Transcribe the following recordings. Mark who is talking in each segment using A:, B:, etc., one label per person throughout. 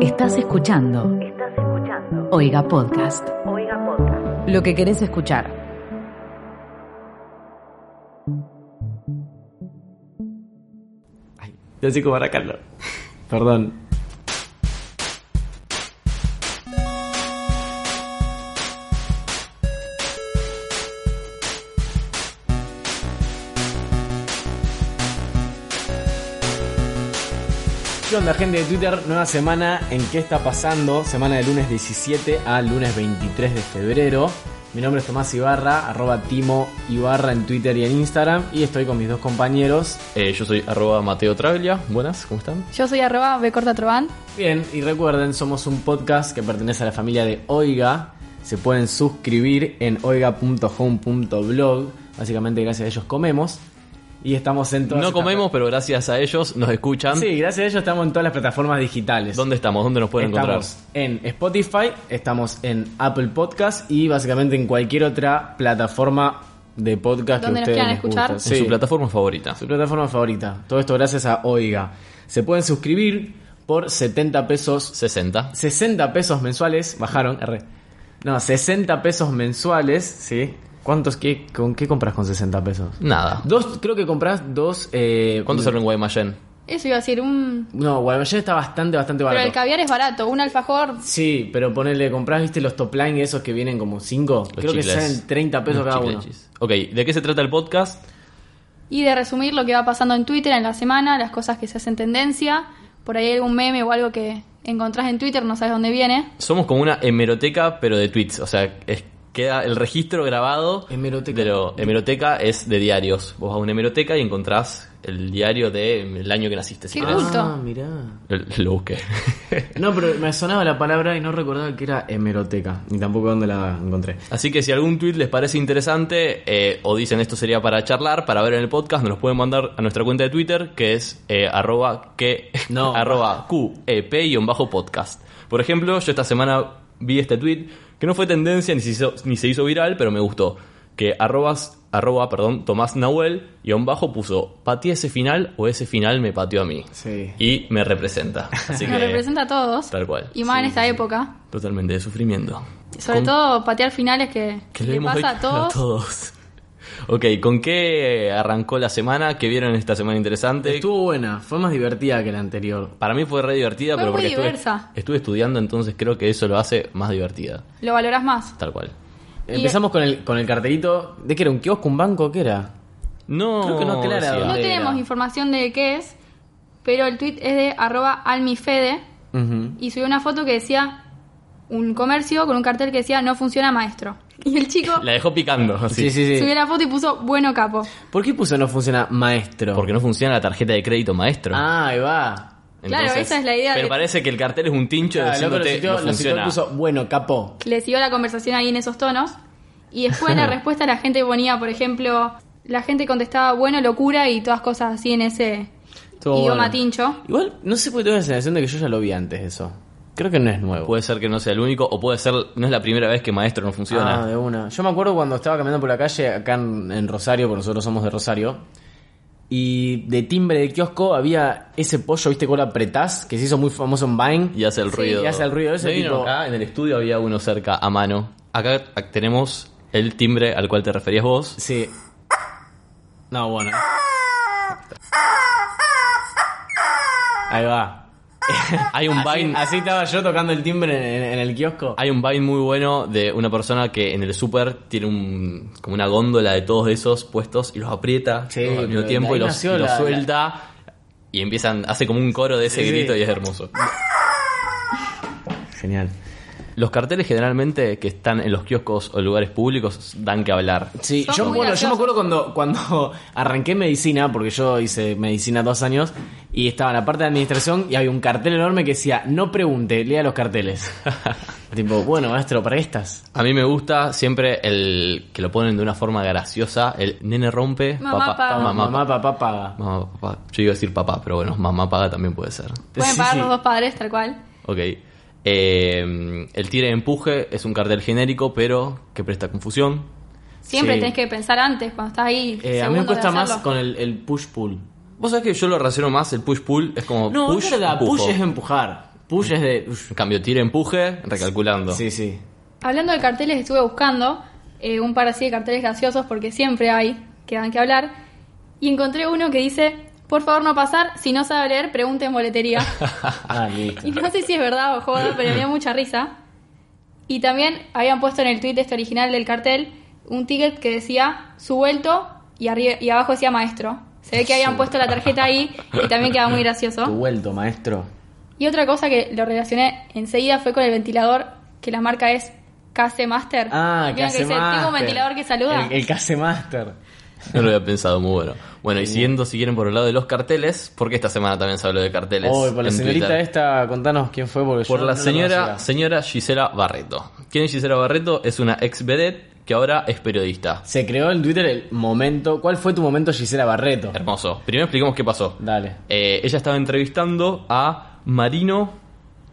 A: Estás escuchando. Estás escuchando. Oiga Podcast. Oiga Podcast. Lo que querés escuchar.
B: Ay, yo soy como Baracaldo. Perdón. ¿Qué onda, gente de Twitter? Nueva semana en qué está pasando. Semana de lunes 17 al lunes 23 de febrero. Mi nombre es Tomás Ibarra, arroba Timo Ibarra en Twitter y en Instagram. Y estoy con mis dos compañeros.
C: Eh, yo soy arroba Mateo Traglia. Buenas, ¿cómo están?
D: Yo soy arroba B corta Troban.
B: Bien, y recuerden, somos un podcast que pertenece a la familia de Oiga. Se pueden suscribir en oiga.home.blog. Básicamente, gracias a ellos comemos. Y estamos en todas
C: No
B: estas-
C: comemos, pero gracias a ellos nos escuchan.
B: Sí, gracias a ellos estamos en todas las plataformas digitales.
C: ¿Dónde estamos? ¿Dónde nos pueden
B: Estamos en Spotify, estamos en Apple Podcast y básicamente en cualquier otra plataforma de podcast que
D: Donde nos
B: ustedes
D: quieran
B: les guste.
D: escuchar.
C: encontrar?
D: En
C: En
B: Sí,
C: su plataforma favorita.
B: su plataforma favorita. Todo esto gracias a Oiga. Se pueden suscribir por 70 pesos,
C: 60.
B: 60 pesos mensuales, bajaron, R. No, 60 pesos mensuales, ¿sí? ¿Cuántos, qué, con qué compras con 60 pesos?
C: Nada.
B: Dos, creo que compras dos... Eh,
C: ¿Cuánto salió en Guaymallén?
D: Eso iba a decir, un.
B: No, Guaymallén está bastante, bastante barato.
D: Pero el caviar es barato, un alfajor.
B: Sí, pero ponele, comprás, viste, los topline esos que vienen como 5. Creo
C: chicles.
B: que salen 30 pesos
C: Unos
B: cada uno.
C: chiclechis. Ok, ¿de qué se trata el podcast?
D: Y de resumir lo que va pasando en Twitter en la semana, las cosas que se hacen tendencia. Por ahí algún meme o algo que encontrás en Twitter, no sabes dónde viene.
C: Somos como una hemeroteca, pero de tweets. O sea, es- queda el registro grabado.
B: Hemeroteca.
C: Pero hemeroteca es de diarios. Vos vas a una hemeroteca y encontrás el diario del año que naciste. si
D: Qué
C: querés.
D: culto.
B: Ah, mirá.
C: El- Lo busqué.
B: No, pero me sonaba la palabra y no recordaba que era hemeroteca. Ni tampoco dónde la encontré.
C: Así que si algún tweet les parece interesante eh, o dicen esto sería para charlar, para ver en el podcast, nos los pueden mandar a nuestra cuenta de Twitter que es eh, arroba que
B: No.
C: arroba E QEP-podcast. Por ejemplo, yo esta semana vi este tweet que no fue tendencia ni se hizo, ni se hizo viral, pero me gustó. Que arrobas, arroba, perdón, Tomás Nahuel, guión bajo puso, pateé ese final o ese final me pateó a mí.
B: Sí.
C: Y me representa. Así que,
D: Nos representa a todos.
C: Tal cual.
D: Y más
C: Sí,
D: en esta época.
C: totalmente de sufrimiento.
D: Sobre
C: Con-
D: todo patear finales que,
C: que
D: le
C: le hemos
D: pasa
C: hecho
D: a todos.
C: Ok, ¿con qué eh, arrancó la semana? ¿Qué vieron esta semana interesante?
B: Estuvo buena, fue más divertida que la anterior.
C: Para mí fue re divertida,
D: Fue
C: pero
D: muy
C: porque estuve-
D: diversa.
C: Estuve, estudiando, entonces creo que eso lo hace más divertida.
D: Lo valorás más.
C: Tal cual.
D: Y-
B: Empezamos con el, con el cartelito. ¿De qué era? ¿Un kiosco? ¿Un banco? ¿Qué era?
C: No,
B: Creo que no aclara,
C: decía.
D: No
B: ¿dónde
D: tenemos
B: era?
D: información de qué es, pero el tweet es de arroba almifede.
B: Ujú.
D: y subió una foto que decía un comercio con un cartel que decía no funciona maestro. Y el chico
C: La dejó picando.
B: Sí,
C: así.
B: sí, sí.
D: subió la foto y puso bueno capo.
B: ¿Por qué puso no funciona maestro?
C: Porque no funciona la tarjeta de crédito maestro.
B: Ah, ahí va.
D: Claro, esa es la idea
C: Pero
D: de-
C: parece que el cartel es un tincho
B: Claro, el loco lo
C: diciéndote,
B: citó-
C: no
B: lo citó y
C: funciona.
B: puso, bueno, capó.
D: Le siguió la conversación ahí en esos tonos. Y después en la respuesta la gente ponía, por ejemplo, la gente contestaba bueno, locura y todas cosas así en ese
B: Estuvo
D: idioma
B: bueno.
D: tincho.
B: Igual, no sé por qué tengo la sensación de que yo ya lo vi antes eso. Creo que no es nuevo.
C: Puede ser que no sea el único, o puede ser, no es la primera vez que maestro no
B: Ah,
C: funciona.
B: de una. Yo me acuerdo cuando estaba caminando por la calle acá en, en Rosario, porque nosotros somos de Rosario. Y de timbre de kiosco había ese pollo, viste, con la apretás, que se hizo muy famoso en Vine.
C: Y hace el
D: Sí.
C: ruido.
B: Y hace el ruido ese
C: Me vino
B: tipo-
C: acá en el estudio había uno cerca a mano. Acá ac- tenemos el timbre al cual te referías vos.
B: Sí. No, bueno. Ahí va.
C: Hay un
B: Así,
C: Vine,
B: así estaba yo tocando el timbre en, en el kiosco.
C: hay un Vine muy bueno de una persona que en el súper tiene un como una góndola de todos esos puestos y los aprieta
B: Sí,
C: todos al
B: pero
C: mismo
B: de
C: tiempo
B: ahí
C: y los,
B: nació
C: y los
B: la-
C: suelta y empiezan hace como un coro de ese
B: Sí, sí.
C: grito y es hermoso.
B: Genial.
C: Los carteles generalmente que están en los kioscos o lugares públicos dan que hablar.
B: Sí,
D: Son
B: yo me,
D: muy
B: acuerdo, yo me
D: graciosos.
B: acuerdo cuando, cuando arranqué medicina, porque yo hice medicina dos años, y estaba en la parte de administración y había un cartel enorme que decía, no pregunte, lea los carteles. tipo, bueno, maestro, para estas.
C: A mí me gusta siempre el que lo ponen de una forma graciosa, el nene rompe,
D: Mamá
C: papá,
D: paga.
C: mamá,
B: Mamá, papá, paga.
C: Mamá, papá. Yo iba a decir papá, pero bueno, mamá paga también puede ser.
D: Pueden
B: Sí,
D: pagar
B: sí.
D: los dos padres, tal cual.
C: Ok. Eh, el tire de empuje es un cartel genérico, pero que presta confusión.
D: Siempre
B: Sí.
D: tenés que pensar antes, cuando estás ahí.
B: Eh, a mí me
D: segundo de
B: cuesta más
D: hacerlo.
B: con el, el push-pull.
C: Vos sabés que yo lo relaciono más, el push-pull es como
B: No,
C: push,
B: es verdad,
C: empujo.
B: push es empujar. Push es de. ush.
C: Cambio, tiro, empuje, recalculando.
B: Sí, sí.
D: Hablando de carteles, estuve buscando eh, un par así de carteles graciosos porque siempre hay que dan que hablar. Y encontré uno que dice: Por favor, no pasar. Si no sabe leer, pregunte en boletería.
B: Ah, listo.
D: y no sé si es verdad o joda, pero me dio mucha risa. Y también habían puesto en el tweet este original del cartel un ticket que decía su vuelto y, arri- y abajo decía maestro. Se ve que habían puesto la tarjeta ahí y también quedaba muy
B: Tu
D: gracioso.
B: vuelto, maestro.
D: Y otra cosa que lo relacioné enseguida fue con el ventilador, que la marca es KC Master.
B: Ah,
D: ¿Vieron
B: que hace
D: dice, Tengo
B: master.
D: un ventilador que saluda.
B: El, el que hace master.
C: No lo había pensado, muy bueno. Bueno, y siguiendo, si quieren, por el lado de los carteles, porque esta semana también se habló de carteles.
B: Oh, y por la
C: en
B: señorita
C: Twitter.
B: esta, contanos quién fue. Porque yo
C: Por la
B: no lo
C: señora,
B: conocía.
C: señora Gisela Barreto. ¿Quién es Gisela Barreto? Es una ex vedette que ahora es periodista.
B: Se creó en Twitter el momento. ¿Cuál fue tu momento, Gisela Barreto?
C: Hermoso. Primero explicamos qué pasó.
B: Dale.
C: Eh, ella estaba entrevistando a Marino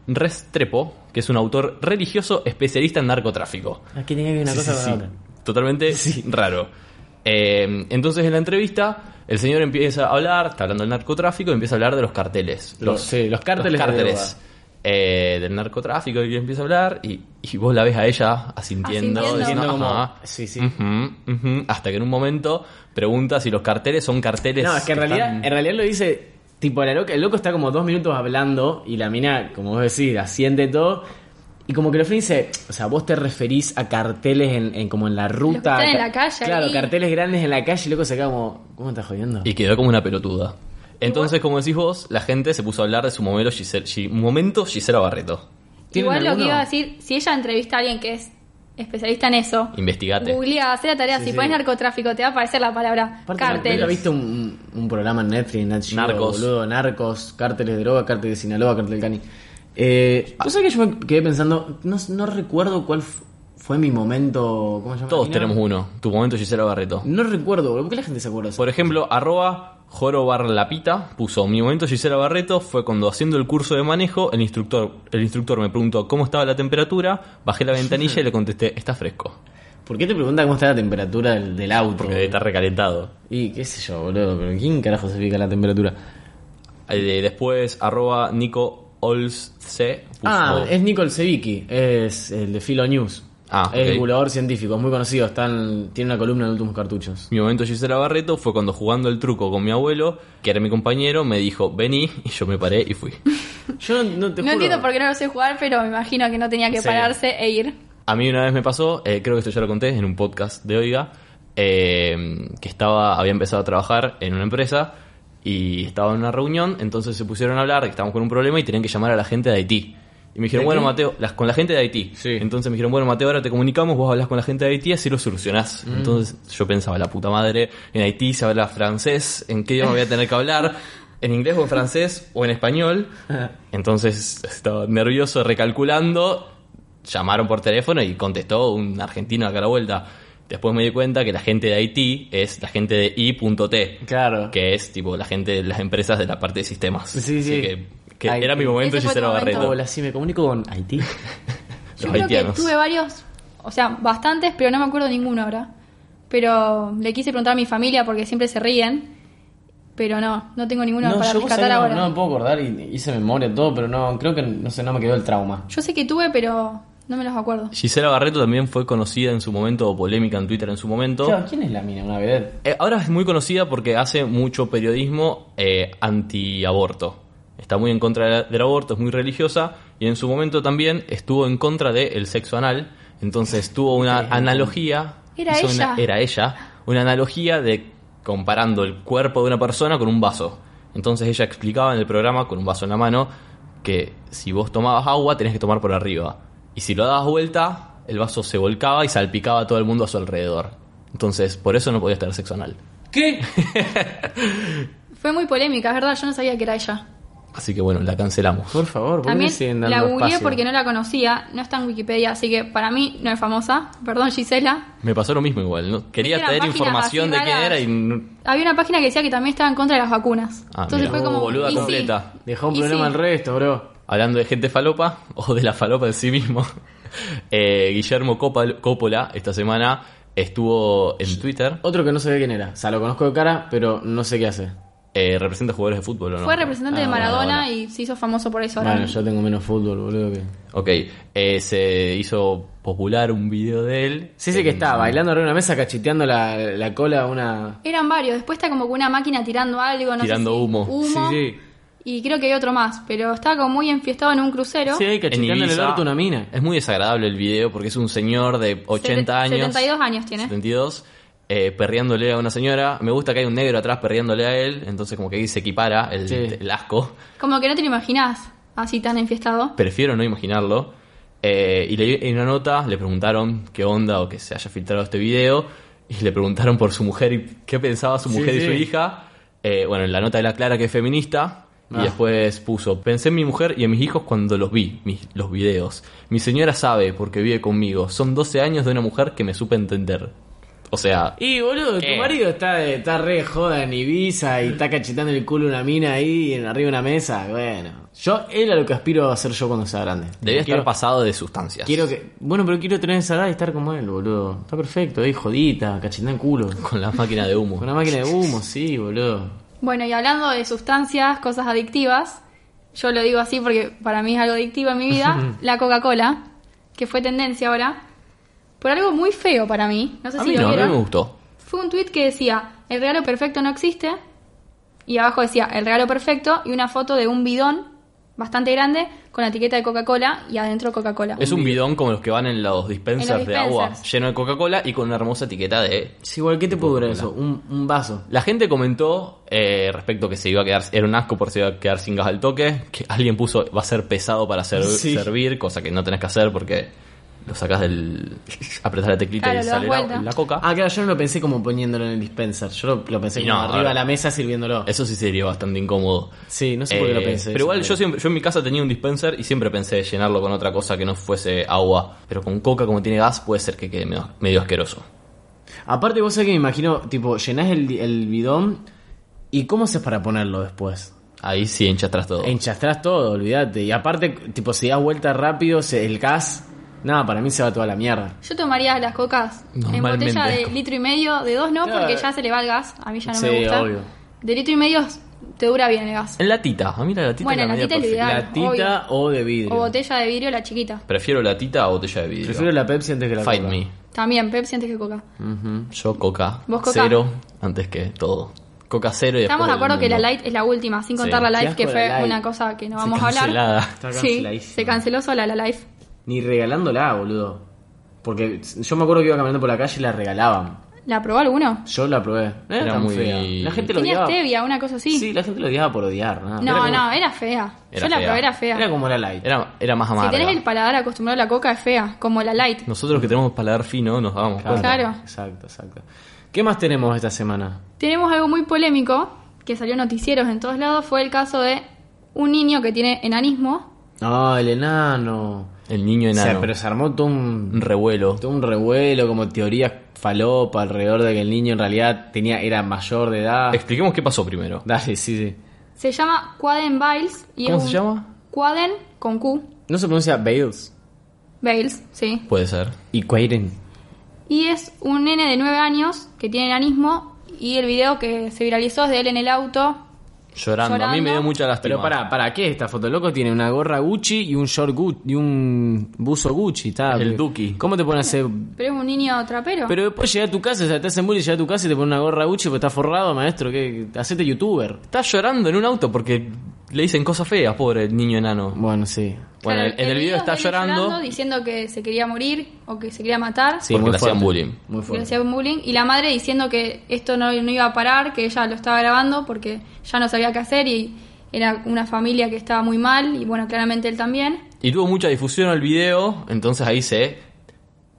C: Restrepo, que es un autor religioso especialista en narcotráfico.
B: Aquí tenía que ver una
C: Sí,
B: cosa
C: sí,
B: con
C: sí.
B: la otra.
C: Totalmente raro. Eh, entonces en la entrevista el señor empieza a hablar, está hablando del narcotráfico, y empieza a hablar de los carteles.
B: Los- sí, los cárteles de
C: cárteles, eh, del narcotráfico y empieza a hablar y, y vos la ves a ella asintiendo,
D: Asintiendo.
C: diciendo,
B: Siendo como-
C: "Ajá,
B: Sí, sí.
C: ujú, ujú", hasta que en un momento pregunta si los carteles son carteles.
B: No, es que en realidad,
C: están-
B: en realidad lo dice. Tipo, la loca- el loco está como dos minutos hablando y la mina, como vos decís, asiente todo. Y como que lo dice, o sea, vos te referís a carteles en, en como en la ruta.
D: están en
B: ca-
D: la calle,
B: Claro,
D: ahí.
B: carteles grandes en la calle y loco se queda como, ¿cómo estás jodiendo?
C: Y quedó como una pelotuda. Entonces, como decís vos, la gente se puso a hablar de su momento Gisela, Gi- momento Gisela Barreto.
B: ¿Tienen
D: Igual lo que
B: alguno?
D: iba a decir, si ella entrevista a alguien que es especialista en eso,
C: Investigate.
D: googleá, hacé la tarea,
B: Sí,
D: si
B: sí.
D: pones narcotráfico te va a aparecer la palabra
B: Aparte,
D: cartel.
B: ¿Nunca viste un, un programa en Netflix? Nat Geo,
C: Narcos.
B: Boludo, narcos, cárteles de droga, cártel de Sinaloa, cártel del Cani. Eh, ¿Tú sabes que yo me quedé pensando? No, no recuerdo cuál fu- fue mi momento. ¿Cómo se llama?
C: Todos
B: Mina?
C: tenemos uno. Tu momento Gisela Barreto.
B: No recuerdo, boludo. ¿Por qué la gente se acuerda? de eso?
C: Por ejemplo, arroba jorobarlapita puso mi momento Gisela Barreto fue cuando haciendo el curso de manejo el instructor, el instructor me preguntó cómo estaba la temperatura, bajé la ventanilla y le contesté está fresco,
B: ¿Por qué te pregunta cómo está la temperatura del, del auto?
C: porque está recalentado.
B: Y qué sé yo, boludo. Pero ¿quién carajo se fija la temperatura?
C: Eh, después arroba Nico Olce puso
B: Ah, es Nicole Sevicki, es el de Filo News.
C: Ah,
B: Es
C: ok.
B: divulgador científico, es muy conocido. Está en- tiene una columna en Últimos Cartuchos.
C: Mi momento Gisela Barreto fue cuando jugando el truco con mi abuelo, que era mi compañero, me dijo, vení, y yo me paré y fui.
B: Yo no, no te
D: No
B: juro.
D: entiendo por qué no lo sé jugar, pero me imagino que no tenía que
B: Sí.
D: pararse e ir.
C: A mí una vez me pasó, eh, creo que esto ya lo conté en un podcast de Oiga, eh, que estaba, había empezado a trabajar en una empresa y estaba en una reunión, entonces se pusieron a hablar, que estábamos con un problema y tenían que llamar a la gente de Haití. Y me dijeron,
B: ¿De
C: bueno,
B: qué?
C: Mateo, las, con la gente de Haití.
B: Sí.
C: Entonces me dijeron, bueno, Mateo, ahora te comunicamos, vos hablas con la gente de Haití, así lo solucionás.
B: Mm.
C: Entonces yo pensaba, la puta madre, en Haití se habla francés, ¿en qué idioma voy a tener que hablar? ¿En inglés o en francés o en español? Entonces estaba nervioso, recalculando. Llamaron por teléfono y contestó un argentino acá a la vuelta. Después me di cuenta que la gente de Haití es la gente de I.T,
B: Claro.
C: que es tipo la gente de las empresas de la parte de sistemas.
B: Sí,
C: Así
B: sí.
C: que, que
B: Haití.
C: era mi momento,
D: Ese fue tu
C: Gisela
D: momento.
C: Barreto.
B: Hola, sí, me comunico con Haití.
D: Yo
C: Los
D: creo
C: haitianos.
D: que tuve varios, o sea, bastantes, pero no me acuerdo ninguno ahora. Pero le quise preguntar a mi familia porque siempre se ríen. Pero no, no tengo ninguno para
B: yo
D: rescatar
B: sabés, no,
D: ahora.
B: no me puedo acordar y hice memoria todo, pero no, creo que no sé, no me quedó el trauma.
D: Yo sé que tuve, pero no me los acuerdo.
C: Gisela Barreto también fue conocida en su momento, o polémica en Twitter en su momento.
B: Claro, ¿quién es la mina? Una vedette.
C: Eh, ahora es muy conocida porque hace mucho periodismo eh, antiaborto. Está muy en contra de la- del aborto, es muy religiosa y en su momento también estuvo en contra del sexo anal. Entonces tuvo una analogía.
D: Era
C: hizo
D: ella.
C: una- era ella. Una analogía de comparando el cuerpo de una persona con un vaso. Entonces ella explicaba en el programa con un vaso en la mano que si vos tomabas agua tenés que tomar por arriba. Y si lo dabas vuelta, el vaso se volcaba y salpicaba a todo el mundo a su alrededor. Entonces, por eso no podías tener sexo anal.
B: ¿Qué?
D: Fue muy polémica, es verdad, yo no sabía que era ella.
C: Así que bueno, la cancelamos.
B: Por favor, ¿por qué
D: También
B: me siguen dando
D: la googleé
B: espacio?
D: porque no la conocía, no está en Wikipedia, así que para mí no es famosa. Perdón, Gisela.
C: Me pasó lo mismo igual, ¿no? Quería
D: Viste las
C: tener
D: páginas
C: información de
D: así
C: quién
D: raras.
C: era y... no-
D: Había una página que decía que también estaba en contra de las vacunas.
C: Ah,
D: Entonces
C: mira.
D: fue como.
C: Oh, boluda
D: y sí.
C: completa.
B: Dejó Ah, un
D: Y
B: problema
D: sí.
B: al resto, bro.
C: Hablando de gente falopa o de la falopa en sí mismo, eh, Guillermo Copa- Coppola esta semana estuvo en Twitter.
B: Otro que no sabía quién era. O sea, lo conozco de cara, pero no sé qué hace.
C: eh, representa jugadores de fútbol, ¿o ¿no?
D: Fue representante
B: Ah,
D: de Maradona
C: Maradona.
D: y se hizo famoso por eso. ahora
B: Bueno,
D: mismo.
B: yo tengo menos fútbol, boludo. Que...
C: Ok, eh, se hizo popular un video de él.
B: Sí, sí, que
C: En-
B: está bailando arriba de una mesa, cacheteando la, la cola a una.
D: Eran varios. Después está como que una máquina tirando algo. No
C: Tirando
D: sé si
C: humo.
D: humo.
B: Sí, sí.
D: Y creo que hay otro más. Pero estaba como muy enfiestado en un crucero.
B: Sí, ahí cacheteando en el
C: Ibiza.
B: orto una mina.
C: Es muy desagradable el video porque es un señor de 80
D: Sete-
C: años.
D: 72 años tiene.
C: 72, eh, perreándole a una señora. Me gusta que hay un negro atrás perreándole a él. Entonces, como que ahí se equipara el,
B: Sí.
C: el asco.
D: Como que no te lo imaginás así tan enfiestado.
C: Prefiero no imaginarlo. Eh, y leí en una nota, le preguntaron qué onda o que se haya filtrado este video. Y le preguntaron por su mujer y qué pensaba su
B: Sí,
C: mujer y su
B: sí.
C: hija. Eh, bueno, en la nota era clara que es feminista.
B: Ah.
C: Y después puso, pensé en mi mujer y en mis hijos cuando los vi, mis- los videos. Mi señora sabe porque vive conmigo. Son 12 años de una mujer que me supe entender. O sea,
B: Y boludo, tu
C: Eh.
B: marido está, de- está re joda en Ibiza y está cacheteando el culo una mina ahí en arriba de una mesa. Bueno, yo, él a lo que aspiro a ser yo cuando sea grande.
C: debía
B: quiero,
C: estar pasado de sustancias.
B: Quiero que. Bueno, pero quiero tener esa edad y estar como él, boludo. Está perfecto, ahí jodita, cacheteando el culo.
C: Con la máquina de humo.
B: Con una máquina de humo, sí, boludo.
D: Bueno, y hablando de sustancias, cosas adictivas, yo lo digo así porque para mí es algo adictivo en mi vida, la Coca-Cola, que fue tendencia ahora, por algo muy feo para mí, no sé
C: a
D: si
C: mí
D: lo
C: no, a mí
D: vieron.
C: me gustó.
D: Fue un tuit que decía, el regalo perfecto no existe, y abajo decía, el regalo perfecto, y una foto de un bidón bastante grande con la etiqueta de Coca-Cola y adentro Coca-Cola.
C: Es un bidón como los que van en los dispensers,
D: En los
C: de agua,
D: dispensers.
C: lleno de Coca-Cola y con una hermosa etiqueta de...
B: Sí, igual, ¿qué te puede durar eso? Un, un vaso.
C: La gente comentó eh, respecto que se iba a quedar, era un asco por se iba a quedar sin gas al toque, que alguien puso va a ser pesado para ser-
B: Sí.
C: servir, cosa que no tenés que hacer porque lo sacas del... apretás la teclita
D: Claro,
C: y
D: le das
C: sale la,
D: vuelta.
C: la coca.
B: Ah, claro, yo no lo pensé como poniéndolo en el dispenser. Yo lo, lo pensé
C: Y
B: como
C: no,
B: arriba
C: ahora-
B: de la mesa sirviéndolo.
C: Eso sí sería bastante incómodo. Eh,
B: Sí, no sé por qué lo pensé de
C: Pero
B: esa
C: igual
B: manera.
C: yo siempre, yo en mi casa tenía un dispenser y siempre pensé llenarlo con otra cosa que no fuese agua. Pero con coca como tiene gas puede ser que quede medio, medio asqueroso.
B: Aparte, vos sabés que me imagino, tipo, llenás el, el bidón y ¿cómo haces para ponerlo después?
C: Ahí sí hinchas tras todo.
B: Enchastrás todo, olvídate. Y aparte, tipo, si das vuelta rápido, se- el gas, nada, para mí se va toda la mierda.
D: Yo tomaría las cocas en
C: Normalmente
D: botella
C: es
D: de
C: como-
D: litro y medio, de dos no,
B: Claro.
D: porque ya se le va el gas, a mí ya no
B: Sí,
D: me gusta.
B: obvio.
D: De litro y medio te dura bien el gas.
C: En latita, a mí la latita
D: Bueno,
C: es la
D: latita
C: medida
D: es lo
C: perfecta.
D: ideal.
B: Latita o de vidrio.
D: O botella de vidrio, la chiquita.
C: Prefiero latita a botella de vidrio.
B: Prefiero la Pepsi antes que la
C: Fight
B: Coca.
C: me. Mm,
D: También, Pepsi antes que Coca.
C: Yo coca.
D: ¿Vos Coca?
C: Cero antes que todo. Coca cero y
D: Estamos de
C: después del
D: acuerdo que la
C: mundo.
D: Light es la última, sin contar
C: Sí.
D: la
B: Qué
D: Life,
B: asco
D: que
B: la
D: fue
B: Light.
D: una cosa que no
C: Se
D: vamos a hablar.
C: cancelada.
B: Está
D: Sí,
B: canceladísima.
D: se canceló sola la Life.
B: Ni regalándola, boludo. Porque yo me acuerdo que iba caminando por la calle y la regalaban.
D: ¿La probó alguno?
B: Yo la probé. No era,
C: Era
B: tan
C: muy-
B: fea. La gente lo
D: Tenía
B: odiaba.
D: stevia, una cosa así.
B: Sí, la gente lo odiaba por odiar. nada.
D: no,
B: Era como-
D: no, era fea.
C: Era
D: Yo la
C: fea.
D: probé, era fea.
B: Era como la light.
C: Era, era más
D: si
C: amarga.
D: tenés el paladar acostumbrado a la Coca, es fea. Como la Light.
C: Nosotros que tenemos paladar fino nos dábamos
B: Claro.
C: cuenta.
D: Claro.
B: Exacto, exacto. ¿Qué más tenemos esta semana?
D: Tenemos algo muy polémico, que salió en noticieros en todos lados, fue el caso de un niño que tiene enanismo.
B: Ah, el enano.
C: El niño
B: O sea,
C: enano.
B: pero se armó todo
C: Un
B: un,
C: revuelo.
B: todo un revuelo, como teorías falopa alrededor de que el niño en realidad tenía era mayor de edad.
C: Expliquemos qué pasó primero.
B: Dale, sí, sí.
D: Se llama Quaden Biles. Y
C: ¿Cómo
D: es
C: se
D: un-
C: llama?
D: Quaden con Q.
B: No se pronuncia Bales.
D: Bales, sí.
C: Puede ser.
B: Y Quaiden.
D: Y es un nene de 9 años que tiene enanismo y el video que se viralizó es de él en el auto.
C: Llorando. A mí me dio
D: Llorando.
C: mucha lástima.
B: Pero pará, pará, ¿qué es esta foto? Loco tiene una gorra Gucci y un short Gucci y un buzo Gucci, está.
C: El Duki.
B: ¿Cómo te ponen a hacer?
D: Pero es un niño trapero.
B: Pero después llega a tu casa, o sea, te hacen bullying, llega a tu casa y te ponen una gorra Gucci porque estás forrado, maestro, que hacete youtuber.
C: Está llorando en un auto porque le dicen cosas feas, pobre el niño enano.
B: Bueno, sí.
C: Bueno,
D: Claro,
C: en el, video
D: es
C: está
D: de él
C: llorando.
D: diciendo que se quería morir o que se quería matar.
B: Sí,
C: Porque
B: muy
C: le hacían
B: fuerte.
C: bullying.
B: Muy
D: que le
B: fuerte.
D: hacían bullying. Y la madre diciendo que esto no, no iba a parar, que ella lo estaba grabando porque ya no sabía qué hacer y era una familia que estaba muy mal y bueno, claramente él también.
C: Y tuvo mucha difusión el video, entonces ahí se,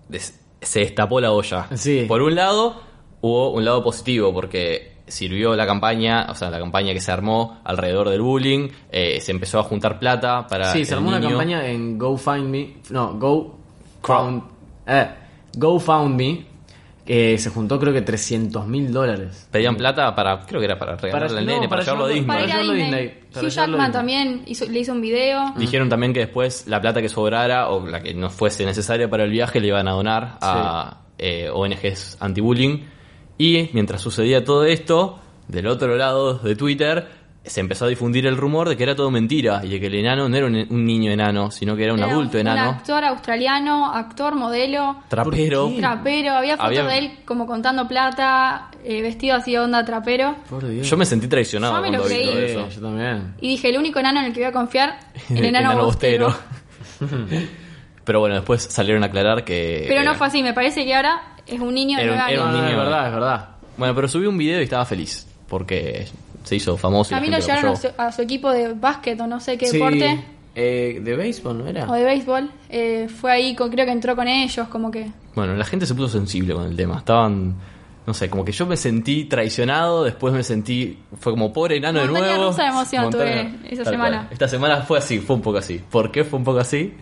C: des- se destapó la olla.
B: Sí.
C: Por un lado, hubo un lado positivo, porque sirvió la campaña, o sea, la campaña que se armó alrededor del bullying, eh, se empezó a juntar plata para...
B: Sí, se
C: el
B: armó una
C: niño.
B: campaña en Go Find Me. No, Go Found. Eh, Go Found Me. eh, se juntó creo que 300 mil dólares.
C: Pedían plata para, creo que era para regalarle al
B: no,
C: nene, para,
B: para
C: llevarlo a
B: llevarlo-
C: Disney.
D: Para ir a
B: llevarlo a
D: Disney.
B: Disney, para llevarlo
D: Hugh
B: a
D: Jackman
B: Disney.
D: también hizo- le hizo un video.
C: Dijeron también que después la plata que sobrara o la que no fuese necesaria para el viaje le iban a donar a eh, ONGs anti-bullying. Y mientras sucedía todo esto, del otro lado de Twitter se empezó a difundir el rumor de que era todo mentira y de que el enano no era un, un niño enano, sino que era un
D: Era
C: adulto enano.
D: Un actor australiano, actor, modelo,
C: Trapero.
B: ¿Por qué?
D: trapero. Había fotos
C: Había-
D: de él como contando plata, eh, vestido así onda trapero.
B: Por Dios.
C: Yo me sentí traicionado
D: Yo me lo
C: cuando vi
D: creí.
C: todo
B: Sí,
C: eso.
B: yo también.
D: Y dije, el único enano en el que voy a confiar, el enano, bostero.
C: Pero bueno, después salieron a aclarar que.
D: Pero no
C: eh,
D: fue así, me parece que ahora es un niño de
C: Era un-
D: 9
C: era un
D: años.
B: No, no,
C: niño.
B: es verdad, es verdad.
C: Bueno, pero subí un video y estaba feliz. Porque se hizo famoso. y la
D: También lo
C: gente
D: llevaron a
C: apoyó.
D: su, a su equipo de básquet o no sé qué
B: Sí,
D: deporte,
B: eh, de béisbol, ¿no era?
C: Ah.
D: o de béisbol. Eh, fue ahí, con- creo que entró con ellos, como que...
C: Bueno, la gente se puso sensible con el tema. Estaban. No sé, como que yo me sentí traicionado, después me sentí. Fue como pobre enano de
D: Montaña
C: nuevo.
D: rusa de emoción
C: Montaña-
D: tuve esa
C: Tal
D: semana.
C: cual. Esta semana fue así, fue un poco así. ¿Por qué fue un poco así?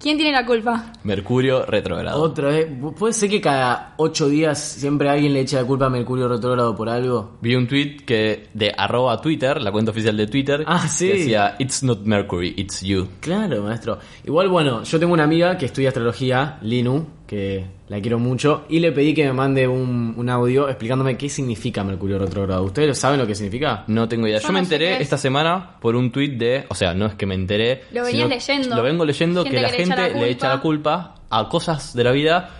D: ¿Quién tiene la culpa?
C: Mercurio retrogrado.
B: Otra vez. ¿Puede ser que cada ocho días siempre alguien le eche la culpa a Mercurio retrógrado por algo?
C: Vi un tweet que de arroba Twitter, la cuenta oficial de Twitter,
B: Ah, sí.
C: que decía It's not Mercury, it's you.
B: Claro, maestro. Igual, bueno, yo tengo una amiga que estudia astrología, Linu, que la quiero mucho, y le pedí que me mande un, un audio explicándome qué significa Mercurio retrógrado. ¿Ustedes lo saben lo que significa?
C: No tengo idea. Yo,
D: Yo
C: me
D: no sé qué
C: enteré
D: es.
C: esta semana por un tweet de. O sea, no es que me enteré.
D: Lo
C: sino-
D: venías leyendo.
C: Lo vengo leyendo
D: Gente
C: que la
D: que le echa
C: gente
D: la
C: le echa la culpa a cosas de la vida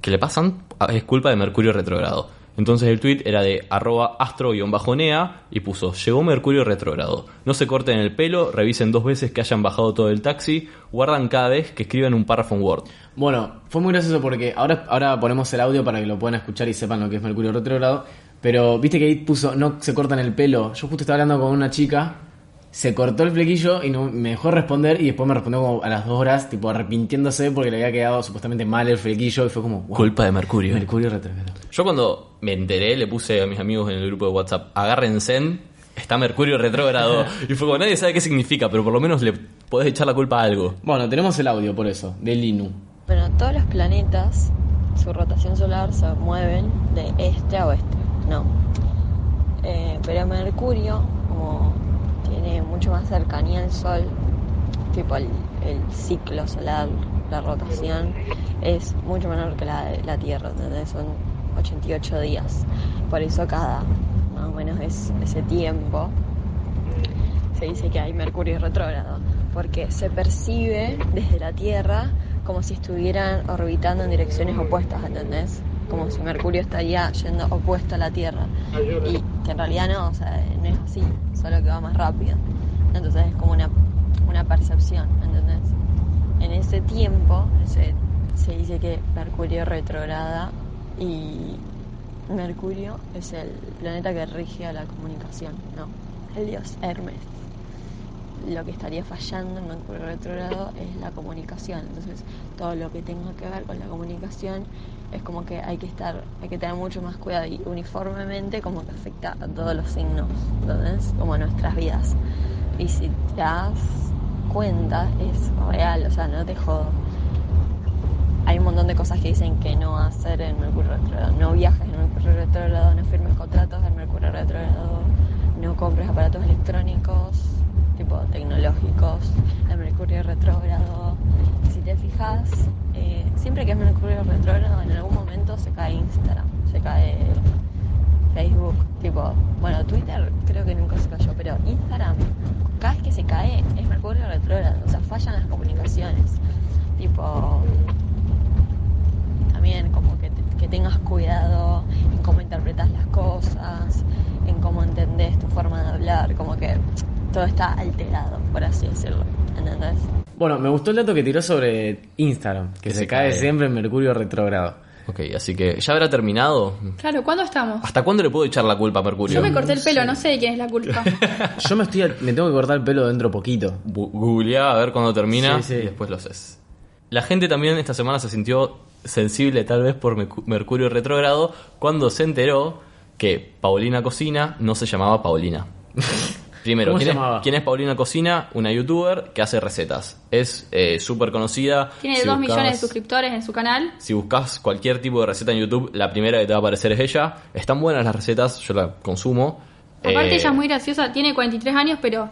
C: que le pasan. a- Es culpa de Mercurio retrogrado. Entonces el tweet era de arroba astro-nea y puso: Llegó Mercurio retrogrado. No se corten el pelo, revisen dos veces que hayan bajado todo el taxi, guardan cada vez que escriban un párrafo en Word.
B: Bueno, fue muy gracioso porque ahora, ahora ponemos el audio para que lo puedan escuchar y sepan lo que es Mercurio retrógrado. Pero viste que ahí puso, no se cortan el pelo. Yo justo estaba hablando con una chica, se cortó el flequillo y no, me dejó responder y después me respondió como a las dos horas, tipo arrepintiéndose porque le había quedado supuestamente mal el flequillo y fue como, wow,
C: Culpa de Mercurio.
B: Mercurio retrógrado.
C: Yo cuando me enteré le puse a mis amigos en el grupo de WhatsApp, agárrense, está Mercurio retrógrado. y fue como, nadie sabe qué significa, pero por lo menos le podés echar la culpa a algo.
B: Bueno, tenemos el audio por eso, de Linu.
E: Bueno, todos los planetas, su rotación solar se mueven de este a oeste, ¿no? Eh, pero Mercurio, como tiene mucho más cercanía al Sol, tipo el, el ciclo solar, la rotación, es mucho menor que la de la Tierra, ¿entendés? Son 88 días. Por eso cada, más o menos es ese tiempo, se dice que hay Mercurio retrógrado, porque se percibe desde la Tierra como si estuvieran orbitando en direcciones opuestas, ¿entendés? Como si Mercurio estaría yendo opuesto a la Tierra. Y que en realidad no, o sea, no es así, solo que va más rápido. Entonces es como una, una percepción, ¿entendés? En ese tiempo se, se dice que Mercurio retrograda y Mercurio es el planeta que rige a la comunicación, ¿no? El dios Hermes. Lo que estaría fallando en Mercurio retrogrado es la comunicación. Entonces, todo lo que tenga que ver con la comunicación es como que hay que estar, hay que tener mucho más cuidado y uniformemente como que afecta a todos los signos, ¿entendés? Como a nuestras vidas. Y si te das cuenta, es real, o sea, no te jodo hay un montón de cosas que dicen que no hacer en Mercurio retrógrado. No viajes en Mercurio retrógrado, no firmes contratos en Mercurio retrógrado, no compres aparatos electrónicos, tipo tecnológicos, en Mercurio retrógrado. Si te fijas, eh, siempre que es Mercurio retrógrado, en algún momento se cae Instagram, se cae Facebook, tipo, bueno, Twitter creo que nunca se cayó, pero Instagram, cada vez que se cae es Mercurio retrógrado, o sea, fallan las comunicaciones. Tipo, también como que, te- que tengas cuidado en cómo interpretas las cosas, en cómo entendés tu forma de hablar, como que todo está alterado, por así decirlo, ¿entendés?
B: Bueno, me gustó el dato que tiró sobre Instagram, que,
C: Que
B: se,
C: se
B: cae,
C: cae.
B: siempre en Mercurio retrógrado.
C: Ok, así que ya habrá terminado.
D: Claro, ¿cuándo estamos?
C: ¿Hasta cuándo le puedo echar la culpa a Mercurio?
D: Yo me corté el pelo, no sé de quién es la culpa.
B: Yo me estoy, me tengo que cortar el pelo dentro poquito.
C: Bu- Googleá a ver cuándo termina
B: Sí, sí.
C: y después lo haces. La gente también esta semana se sintió sensible tal vez por Mercu- Mercurio retrógrado cuando se enteró que Paulina Cocina no se llamaba Paulina. Primero,
B: ¿Cómo se
C: ¿quién es,
B: llamaba?
C: quién es Paulina Cocina? Una youtuber que hace recetas. Es eh, súper conocida.
D: Tiene
C: Si
D: 2 millones de
C: buscabas-
D: suscriptores en su canal.
C: si buscas cualquier tipo de receta en YouTube, la primera que te va a aparecer es ella. Están buenas las recetas, yo la consumo. Eh,
D: Aparte ella es muy graciosa, tiene 43 años, pero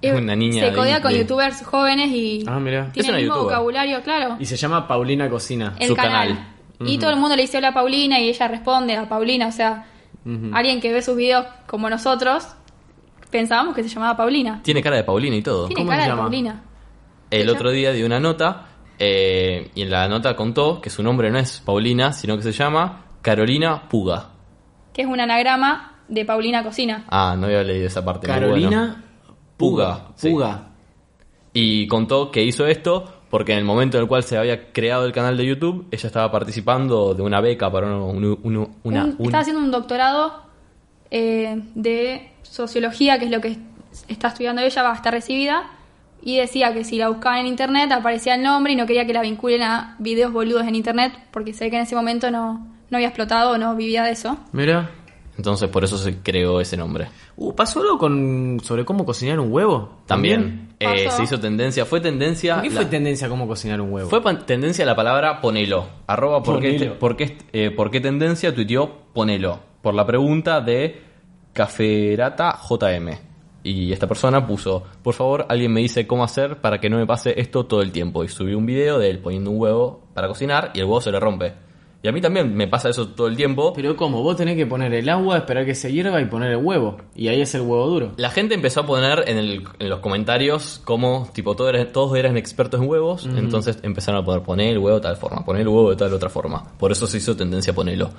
D: eh,
C: Es una niña
D: se
C: de-
D: codea con
C: de-
D: youtubers jóvenes y
B: Ah, mira.
D: tiene
C: Es
D: el
C: una
D: mismo
C: youtuber.
D: vocabulario, claro.
B: Y se llama Paulina Cocina.
D: el
C: su
D: canal.
C: canal.
D: Y todo el mundo le dice hola Paulina y ella responde a Paulina, o sea,
B: Ujú.
D: Alguien que ve sus videos como nosotros, pensábamos que se llamaba Paulina.
C: Tiene cara de Paulina y todo.
D: Tiene
B: ¿Cómo
D: cara
B: se
D: de
B: llama?
D: Paulina.
C: El otro día di una nota eh, y en la nota contó que su nombre no es Paulina, sino que se llama Carolina Puga.
D: Que es un anagrama de Paulina Cocina.
C: Ah, no había leído esa parte. muy bueno.
B: Carolina
C: Puga. sí.
B: Puga.
C: Y contó que hizo esto porque en el momento en el cual se había creado el canal de YouTube, ella estaba participando de una beca para un- un- un- una...
D: Un-
C: un-
D: Está haciendo un doctorado eh, de sociología, que es lo que es- está estudiando ella, va a estar recibida. Y decía que si la buscaban en internet aparecía el nombre y no quería que la vinculen a videos boludos en internet porque sé que en ese momento no, no había explotado o no vivía de eso.
B: Mira.
C: Entonces por eso se creó ese nombre.
B: Uh, ¿Pasó algo con, sobre cómo cocinar un huevo?
C: También eh,
D: Pasó.
C: se hizo tendencia, fue tendencia...
B: ¿Por qué
C: la-
B: fue tendencia cómo cocinar un huevo?
C: Fue pan- tendencia la palabra ponelo. Arroba por qué,
B: Ponelo.
C: este- por qué este- eh, por qué tendencia tuiteó ponelo. Por la pregunta de Caferata JM. Y esta persona puso, por favor, alguien me dice cómo hacer para que no me pase esto todo el tiempo. Y subí un video de él poniendo un huevo para cocinar y el huevo se le rompe. Y a mí también me pasa eso todo el tiempo.
B: Pero ¿cómo? Vos tenés que poner el agua, esperar que se hierva y poner el huevo. Y ahí es el huevo duro.
C: La gente empezó a poner en, el- en los comentarios como, tipo, todos eran, todos eran expertos en huevos, entonces empezaron a poner, poner el huevo de tal forma, poner el huevo de tal otra forma. Por eso se hizo tendencia a ponerlo.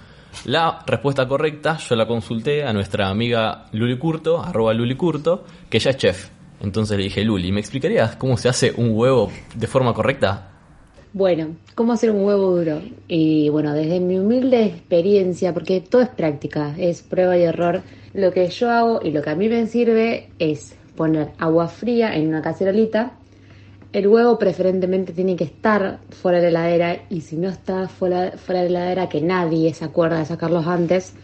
C: La respuesta correcta yo la consulté a nuestra amiga Luli Curto, arroba Luli Curto, que ella es chef. Entonces le dije, Luli, ¿me explicarías cómo se hace un huevo de forma correcta?
F: Bueno, ¿cómo hacer un huevo duro? Y bueno, desde mi humilde experiencia, porque todo es práctica, es prueba y error, lo que yo hago y lo que a mí me sirve es poner agua fría en una cacerolita. El huevo preferentemente tiene que estar fuera de la heladera y si no está fuera, fuera de la heladera, que nadie se acuerda de sacarlos antes,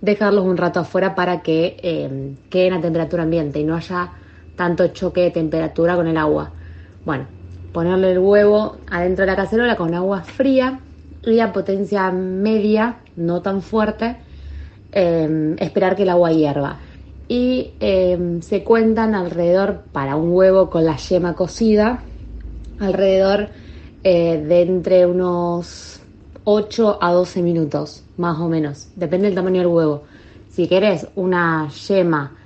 F: dejarlos un rato afuera para que eh, queden a temperatura ambiente y no haya tanto choque de temperatura con el agua. Bueno, ponerle el huevo adentro de la cacerola con agua fría y a potencia media, no tan fuerte, eh, esperar que el agua hierva. Y eh, se cuentan alrededor, para un huevo con la yema cocida, alrededor eh, de entre unos 8 a 12 minutos, más o menos. Depende del tamaño del huevo. Si querés una yema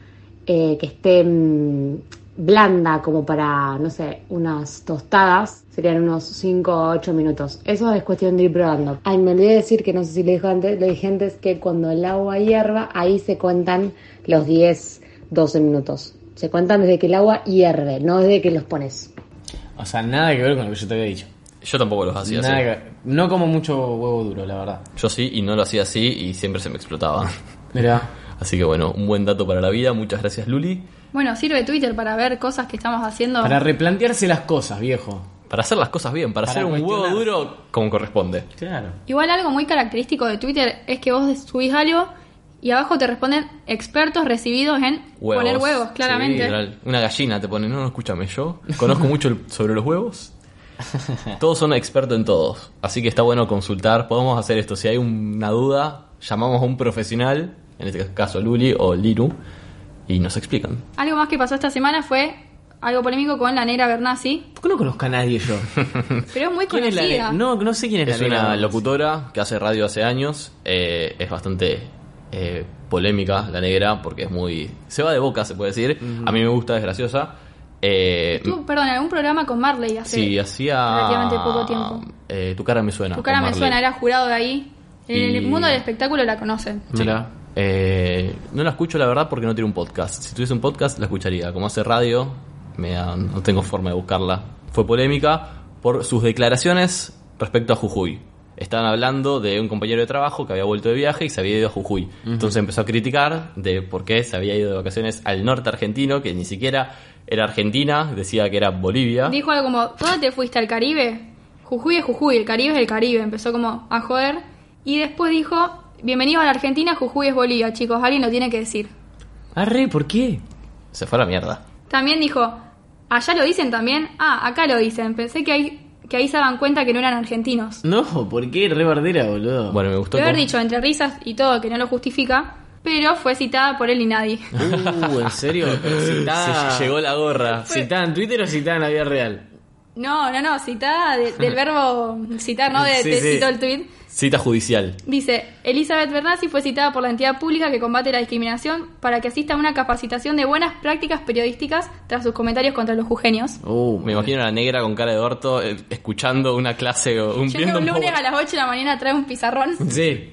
F: eh, que esté mm, blanda, como para, no sé, unas tostadas, serían unos 5 a 8 minutos. Eso es cuestión de ir probando. Ay, me olvidé decir que no sé si lo dije antes, lo dije antes que cuando el agua hierva, ahí se cuentan los 10, 12 minutos. Se cuentan desde que el agua hierve, no desde que los pones.
B: O sea, nada que ver con lo que yo te había dicho.
C: Yo tampoco los hacía
B: Nada
C: así.
B: que- No como mucho huevo duro, la verdad.
C: Yo sí, y no lo hacía así, y siempre se me explotaba.
B: Mira,
C: Así que bueno, un buen dato para la vida. Muchas gracias, Luli.
D: Bueno, sirve Twitter para ver cosas que estamos haciendo.
B: para replantearse las cosas, viejo.
C: Para hacer las cosas bien, para,
B: Para
C: hacer un huevo
B: cuestionar.
C: duro como corresponde.
B: Claro.
D: Igual algo muy característico de Twitter es que vos subís algo y abajo te responden expertos recibidos en
C: Huevos.
D: poner huevos,
C: Sí,
D: claramente.
C: literal. una gallina te pone, no, no, escúchame, yo conozco mucho el- sobre los huevos. Todos son expertos en todos, así que está bueno consultar, podemos hacer esto. Si hay una duda, llamamos a un profesional, en este caso Luli o Liru, y nos explican.
D: Algo más que pasó esta semana fue algo polémico con la negra Bernasi,
B: ¿Por qué no conozco a nadie yo?
D: pero es muy
B: ¿Quién es la
D: conocida.
B: ne- No, no sé quién es,
C: Es
B: la negra.
C: una locutora que hace radio hace años. eh, es bastante eh, polémica la negra porque es muy. Se va de boca, se puede decir. A mí me gusta, es graciosa. Eh,
D: Estuvo, perdón, en algún programa con Marley hace
C: sí, hacía.
D: relativamente poco tiempo.
C: eh, tu cara me suena.
D: Tu cara
C: con
D: me
C: Marley.
D: suena, era jurado de ahí. En
C: Y-
D: el mundo del espectáculo la conocen.
C: Sí.
B: Mirá.
C: Eh, no la escucho, la verdad, porque no tiene un podcast. Si tuviese un podcast, la escucharía. Como hace radio, me da- no tengo forma de buscarla. Fue polémica por sus declaraciones respecto a Jujuy. Estaban hablando de un compañero de trabajo que había vuelto de viaje y se había ido a Jujuy. Entonces empezó a criticar de por qué se había ido de vacaciones al norte argentino, que ni siquiera era Argentina, decía que era Bolivia.
D: Dijo algo como, ¿dónde te fuiste al Caribe? Jujuy es Jujuy, el Caribe es el Caribe. Empezó como a joder. Y después dijo, bienvenidos a la Argentina, Jujuy es Bolivia, chicos, alguien lo tiene que decir.
B: Arre, Ah, ¿por qué?
C: Se fue a la mierda.
D: También dijo, allá lo dicen también, ah, acá lo dicen. Pensé que ahí, que ahí se daban cuenta que no eran argentinos.
B: No, ¿por qué? Re bardera, boludo.
C: Bueno, me gustó.
D: De haber
C: cómo-
D: dicho entre risas y todo que no lo justifica, pero fue citada por él y nadie.
B: Uh, ¿en serio? Pero citada-
C: Se llegó la gorra.
B: ¿Citada en Twitter o citada en la vida real?
D: No, no, no, citada de- del verbo citar, ¿no? De,
B: Sí,
D: te
B: sí.
D: citó el tweet.
C: Cita judicial.
D: Dice, Elizabeth Bernasi fue citada por la entidad pública que combate la discriminación para que asista a una capacitación de buenas prácticas periodísticas tras sus comentarios contra los jujeños.
B: Uh,
C: Me imagino a la negra con cara de orto eh, escuchando una clase o un,
D: Yo que
C: viendo
D: un
C: un
D: lunes
C: power-
D: a las 8 de la mañana trae un pizarrón.
C: Sí.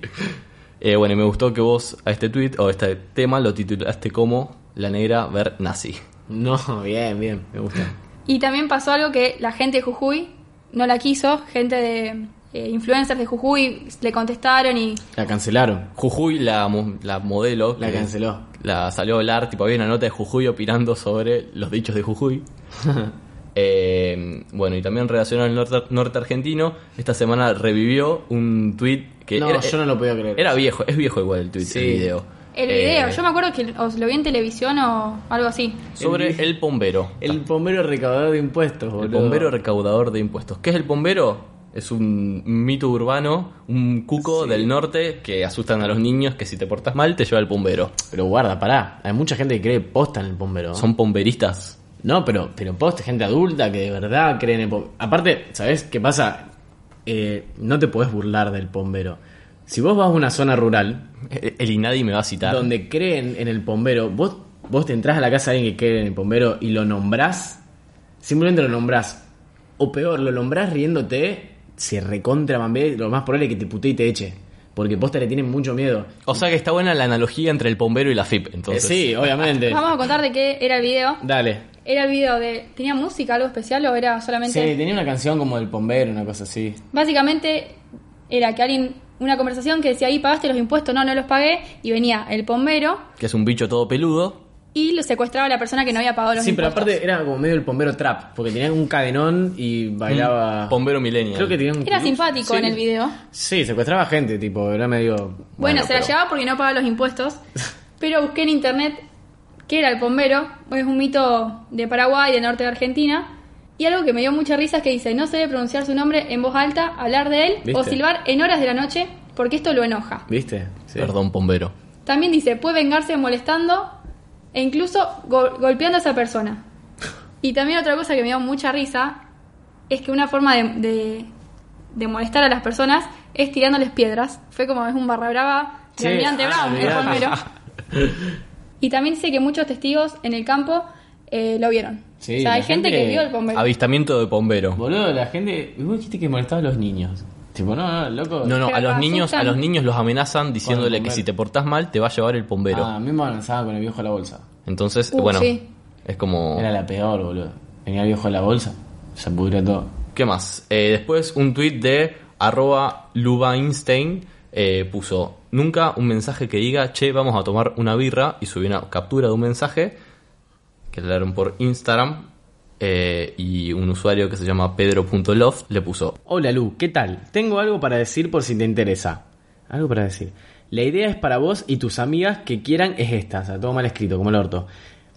C: Eh, bueno, y me gustó que vos a este tweet o a este tema lo titulaste como La negra ver nazi.
B: No, bien, bien, me gusta.
D: Y también pasó algo que la gente de Jujuy no la quiso, gente de eh, influencers de Jujuy le contestaron y
B: La cancelaron.
C: Jujuy, la, mo- la modelo.
B: La
C: que
B: canceló.
C: La salió a hablar, tipo, había una nota de Jujuy opinando sobre los dichos de Jujuy. Eh, bueno, y también relacionado al norte, norte argentino, esta semana revivió un tweet que
B: No,
C: era,
B: yo no lo podía creer.
C: era viejo, es viejo igual el tweet,
B: Sí.
C: el video.
D: el
C: Eh,
D: video, yo me acuerdo que os lo vi en televisión o algo así.
C: Sobre
B: El
C: el,
B: vi-
C: bombero.
B: El bombero recaudador de impuestos,
C: El
B: boludo.
C: bombero recaudador de impuestos. ¿Qué es el bombero? Es un mito urbano, un cuco del norte que asustan a los niños que si te portas mal te lleva el bombero.
B: Pero guarda, pará. Hay mucha gente que cree posta en el bombero.
C: Son bomberistas.
B: No, pero, pero posta, gente adulta que de verdad cree en el bombero. Aparte, ¿sabés qué pasa? Eh, no te podés burlar del bombero. Si vos vas a una zona rural
C: E-, El el Inadi me va a citar.
B: donde creen en el bombero, vos, vos te entrás a la casa de alguien que cree en el bombero y lo nombrás, simplemente lo nombrás. O peor, lo nombrás riéndote, se recontra mambé, lo más probable es que te putee y te eche. Porque posta le tienen mucho miedo.
C: O sea que está buena la analogía entre el bombero y la FIP,
B: Eh,
C: entonces.
B: sí, obviamente.
D: Vamos a contar de qué era el video.
B: Dale.
D: Era el video de... ¿Tenía música, algo especial o era
B: Sí,
D: solamente...?
B: tenía una canción como del bombero, una cosa así.
D: Básicamente era que alguien... Una conversación que decía, ahí pagaste los impuestos, no, no los pagué. Y venía el bombero
C: Que es un bicho todo peludo.
D: y lo secuestraba a la persona que no había pagado los
B: Sí, pero
D: impuestos.
B: aparte era como medio el bombero trap, porque tenía un cadenón y bailaba.
C: Bombero millennial.
B: Ah. Creo que tenía un.
D: Era simpático
B: Sí.
D: en el video.
B: Sí, secuestraba gente, tipo, era medio.
D: Bueno,
C: Bueno,
D: se la
C: pero-
D: llevaba porque no pagaba los impuestos. Pero busqué en internet qué era el bombero. Es un mito de Paraguay, del norte de Argentina. Y algo que me dio mucha risa es que dice, no se debe pronunciar su nombre en voz alta, hablar de él o
B: ¿Viste?
D: silbar en horas de la noche porque esto lo enoja.
B: ¿Viste? Sí.
C: Perdón, bombero.
D: También dice, puede vengarse molestando e incluso go- golpeando a esa persona. Y también otra cosa que me dio mucha risa es que una forma de, de- de molestar a las personas es tirándoles piedras. Fue como es un barra brava de
B: Sí,
D: Almirante
B: ah,
D: Brown, el
B: olvidate.
D: bombero. Y también dice que muchos testigos en el campo eh, lo vieron.
B: Sí,
D: o sea,
B: la
D: hay gente,
B: gente-
D: que vio el bombero.
C: Avistamiento de bombero.
B: Boludo, la gente. Vos dijiste que molestaba a los niños. Tipo, no, no, loco.
C: No, no,
D: Pero
C: a los
D: lo
C: niños, a
D: asustan.
C: los niños los amenazan diciéndole que
B: bombero.
C: si te portás mal te va a llevar el bombero.
B: Ah, a mí me amenazaba con el viejo de la bolsa.
C: Entonces,
D: Uh,
C: bueno,
D: sí.
C: es como...
B: Era la peor, boludo. Venía el viejo de la bolsa, se pudrió todo.
C: ¿Qué más? Eh, después un tweet de arroba Lubainstein eh, puso nunca un mensaje que diga, che, vamos a tomar una birra y subió una captura de un mensaje que le dieron por Instagram eh, y un usuario que se llama pedro.loft le puso,
B: Hola Lu, ¿qué tal? Tengo algo para decir por si te interesa. Algo para decir. La idea es para vos y tus amigas que quieran es esta, o sea, todo mal escrito, como el orto.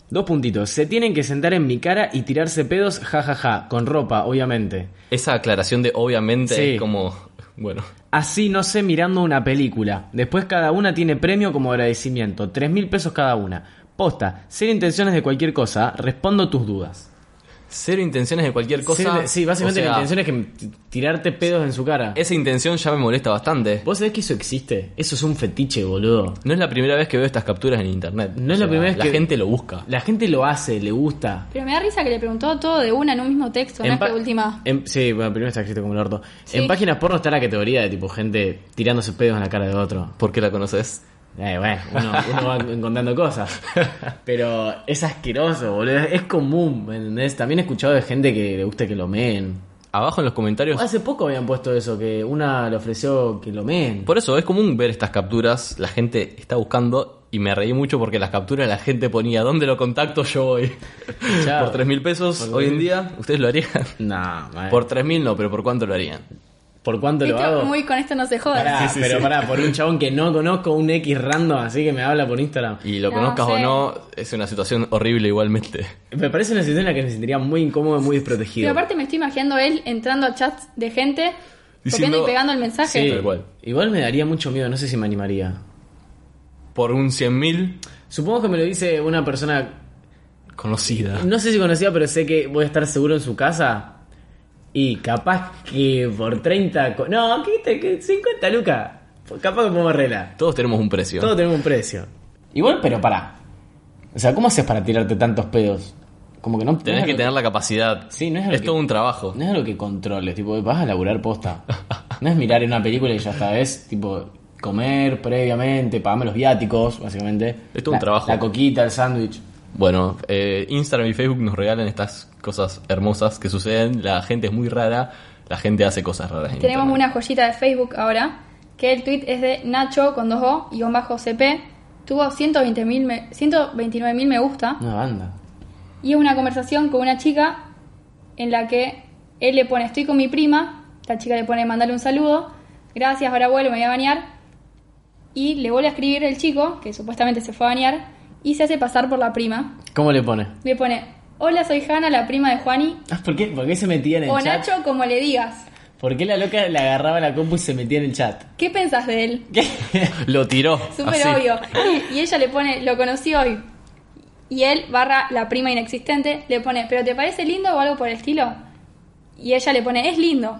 B: Dos puntitos, se tienen que sentar en mi cara y tirarse pedos, jajaja, con ropa, obviamente.
C: esa aclaración de obviamente
B: Sí.
C: es como, bueno,
B: Así no sé mirando una película. Después cada una tiene premio como agradecimiento, tres mil pesos cada una. Posta, sin intenciones de cualquier cosa, respondo tus dudas.
C: cero intenciones de cualquier cosa.
B: sí, básicamente
C: O sea,
B: la intención es que t- tirarte pedos en su cara.
C: Esa intención ya me molesta bastante.
B: ¿Vos sabés que eso existe? Eso es un fetiche, boludo.
C: No es la primera vez que veo estas capturas en internet.
B: No es la primera vez
C: la
B: que-
C: gente lo busca.
B: La gente lo hace, le gusta.
D: Pero me da risa que le preguntó todo de una en un mismo texto, en
B: En
D: esta
B: pa-
D: última.
B: en- sí, bueno, primero está escrito como el orto.
D: Sí.
B: En páginas porno está la categoría de tipo gente tirándose pedos en la cara de otro.
C: ¿Por qué la conoces?
B: Eh, bueno, uno, uno va encontrando cosas. Pero es asqueroso, boludo. Es común, ¿me ¿entendés? También he escuchado de gente que le gusta que lo meen.
C: Abajo en los comentarios.
B: Hace poco habían puesto eso, que una le ofreció que lo meen.
C: Por eso es común ver estas capturas. La gente está buscando y me reí mucho porque las capturas la gente ponía ¿Dónde lo contacto? Yo voy.
B: Chao.
C: Por tres mil pesos hoy en día, ¿ustedes lo harían?
B: Nah, man.
C: Por tres mil no, pero ¿por cuánto lo harían?
B: ¿Por cuánto lo
D: Esto,
B: hago?
D: muy con esto no se joda.
B: Pará, pero pará, por un chabón que no conozco, un X random, así que me habla por Instagram.
C: Y lo
D: No
C: conozcas
D: sé.
C: o no, es una situación horrible igualmente.
B: Me parece una situación en la que me sentiría muy incómodo y muy desprotegido.
D: Pero aparte me estoy imaginando él entrando a chats de gente,
C: Diciendo-
D: copiando y pegando el
B: Sí,
D: mensaje.
C: Tal cual.
B: Igual me daría mucho miedo, no sé si me animaría.
C: Por un cien mil,
B: Supongo que me lo dice una persona,
C: conocida.
B: no sé si conocía, pero sé que voy a estar seguro en su casa. Y capaz que por 30... co- No, ¿qué te- qué? 50 lucas. Capaz que podemos arreglar.
C: Todos tenemos un precio.
B: Todo tenemos un precio. Igual, pero pará. O sea, ¿cómo haces para tirarte tantos pedos? Como que no...
C: Tenés
B: no es
C: que
B: algo-
C: tener la capacidad.
B: Sí, no es
C: es
B: algo que-
C: todo un trabajo.
B: No es algo que controles, tipo, vas a laburar posta. No es mirar en una película y ya está, es tipo comer previamente, pagame los viáticos, básicamente.
C: Es todo un
B: La-
C: trabajo.
B: La coquita, el sándwich.
C: Bueno, eh, Instagram y Facebook nos regalan estas cosas hermosas que suceden. La gente es muy rara, la gente hace cosas raras. en
D: Tenemos
C: Internet.
D: una joyita de Facebook ahora, que el tweet es de Nacho con 2O y bajo CP. Tuvo 120.000 me- 129.000 me gusta
B: Una banda.
D: y es una conversación con una chica en la que él le pone estoy con mi prima, la chica le pone mandarle un saludo, gracias, ahora vuelvo, me voy a bañar. Y le vuelve a escribir el chico, que supuestamente se fue a bañar, y se hace pasar por la prima.
B: ¿Cómo le pone?
D: Le pone, hola, soy Hanna, la prima de Juani,
B: Ah, ¿Por qué? ¿Por qué se metía en el
D: o
B: chat?
D: Nacho, como le digas.
B: ¿Por qué la loca le agarraba la compu y se metía en el chat?
D: ¿Qué pensás de él?
B: ¿Qué?
C: Lo tiró.
D: Súper
C: así.
D: obvio. Y, y ella le pone, lo conocí hoy. Y él, barra la prima inexistente, le pone, ¿pero te parece lindo o algo por el estilo? Y ella le pone, es lindo.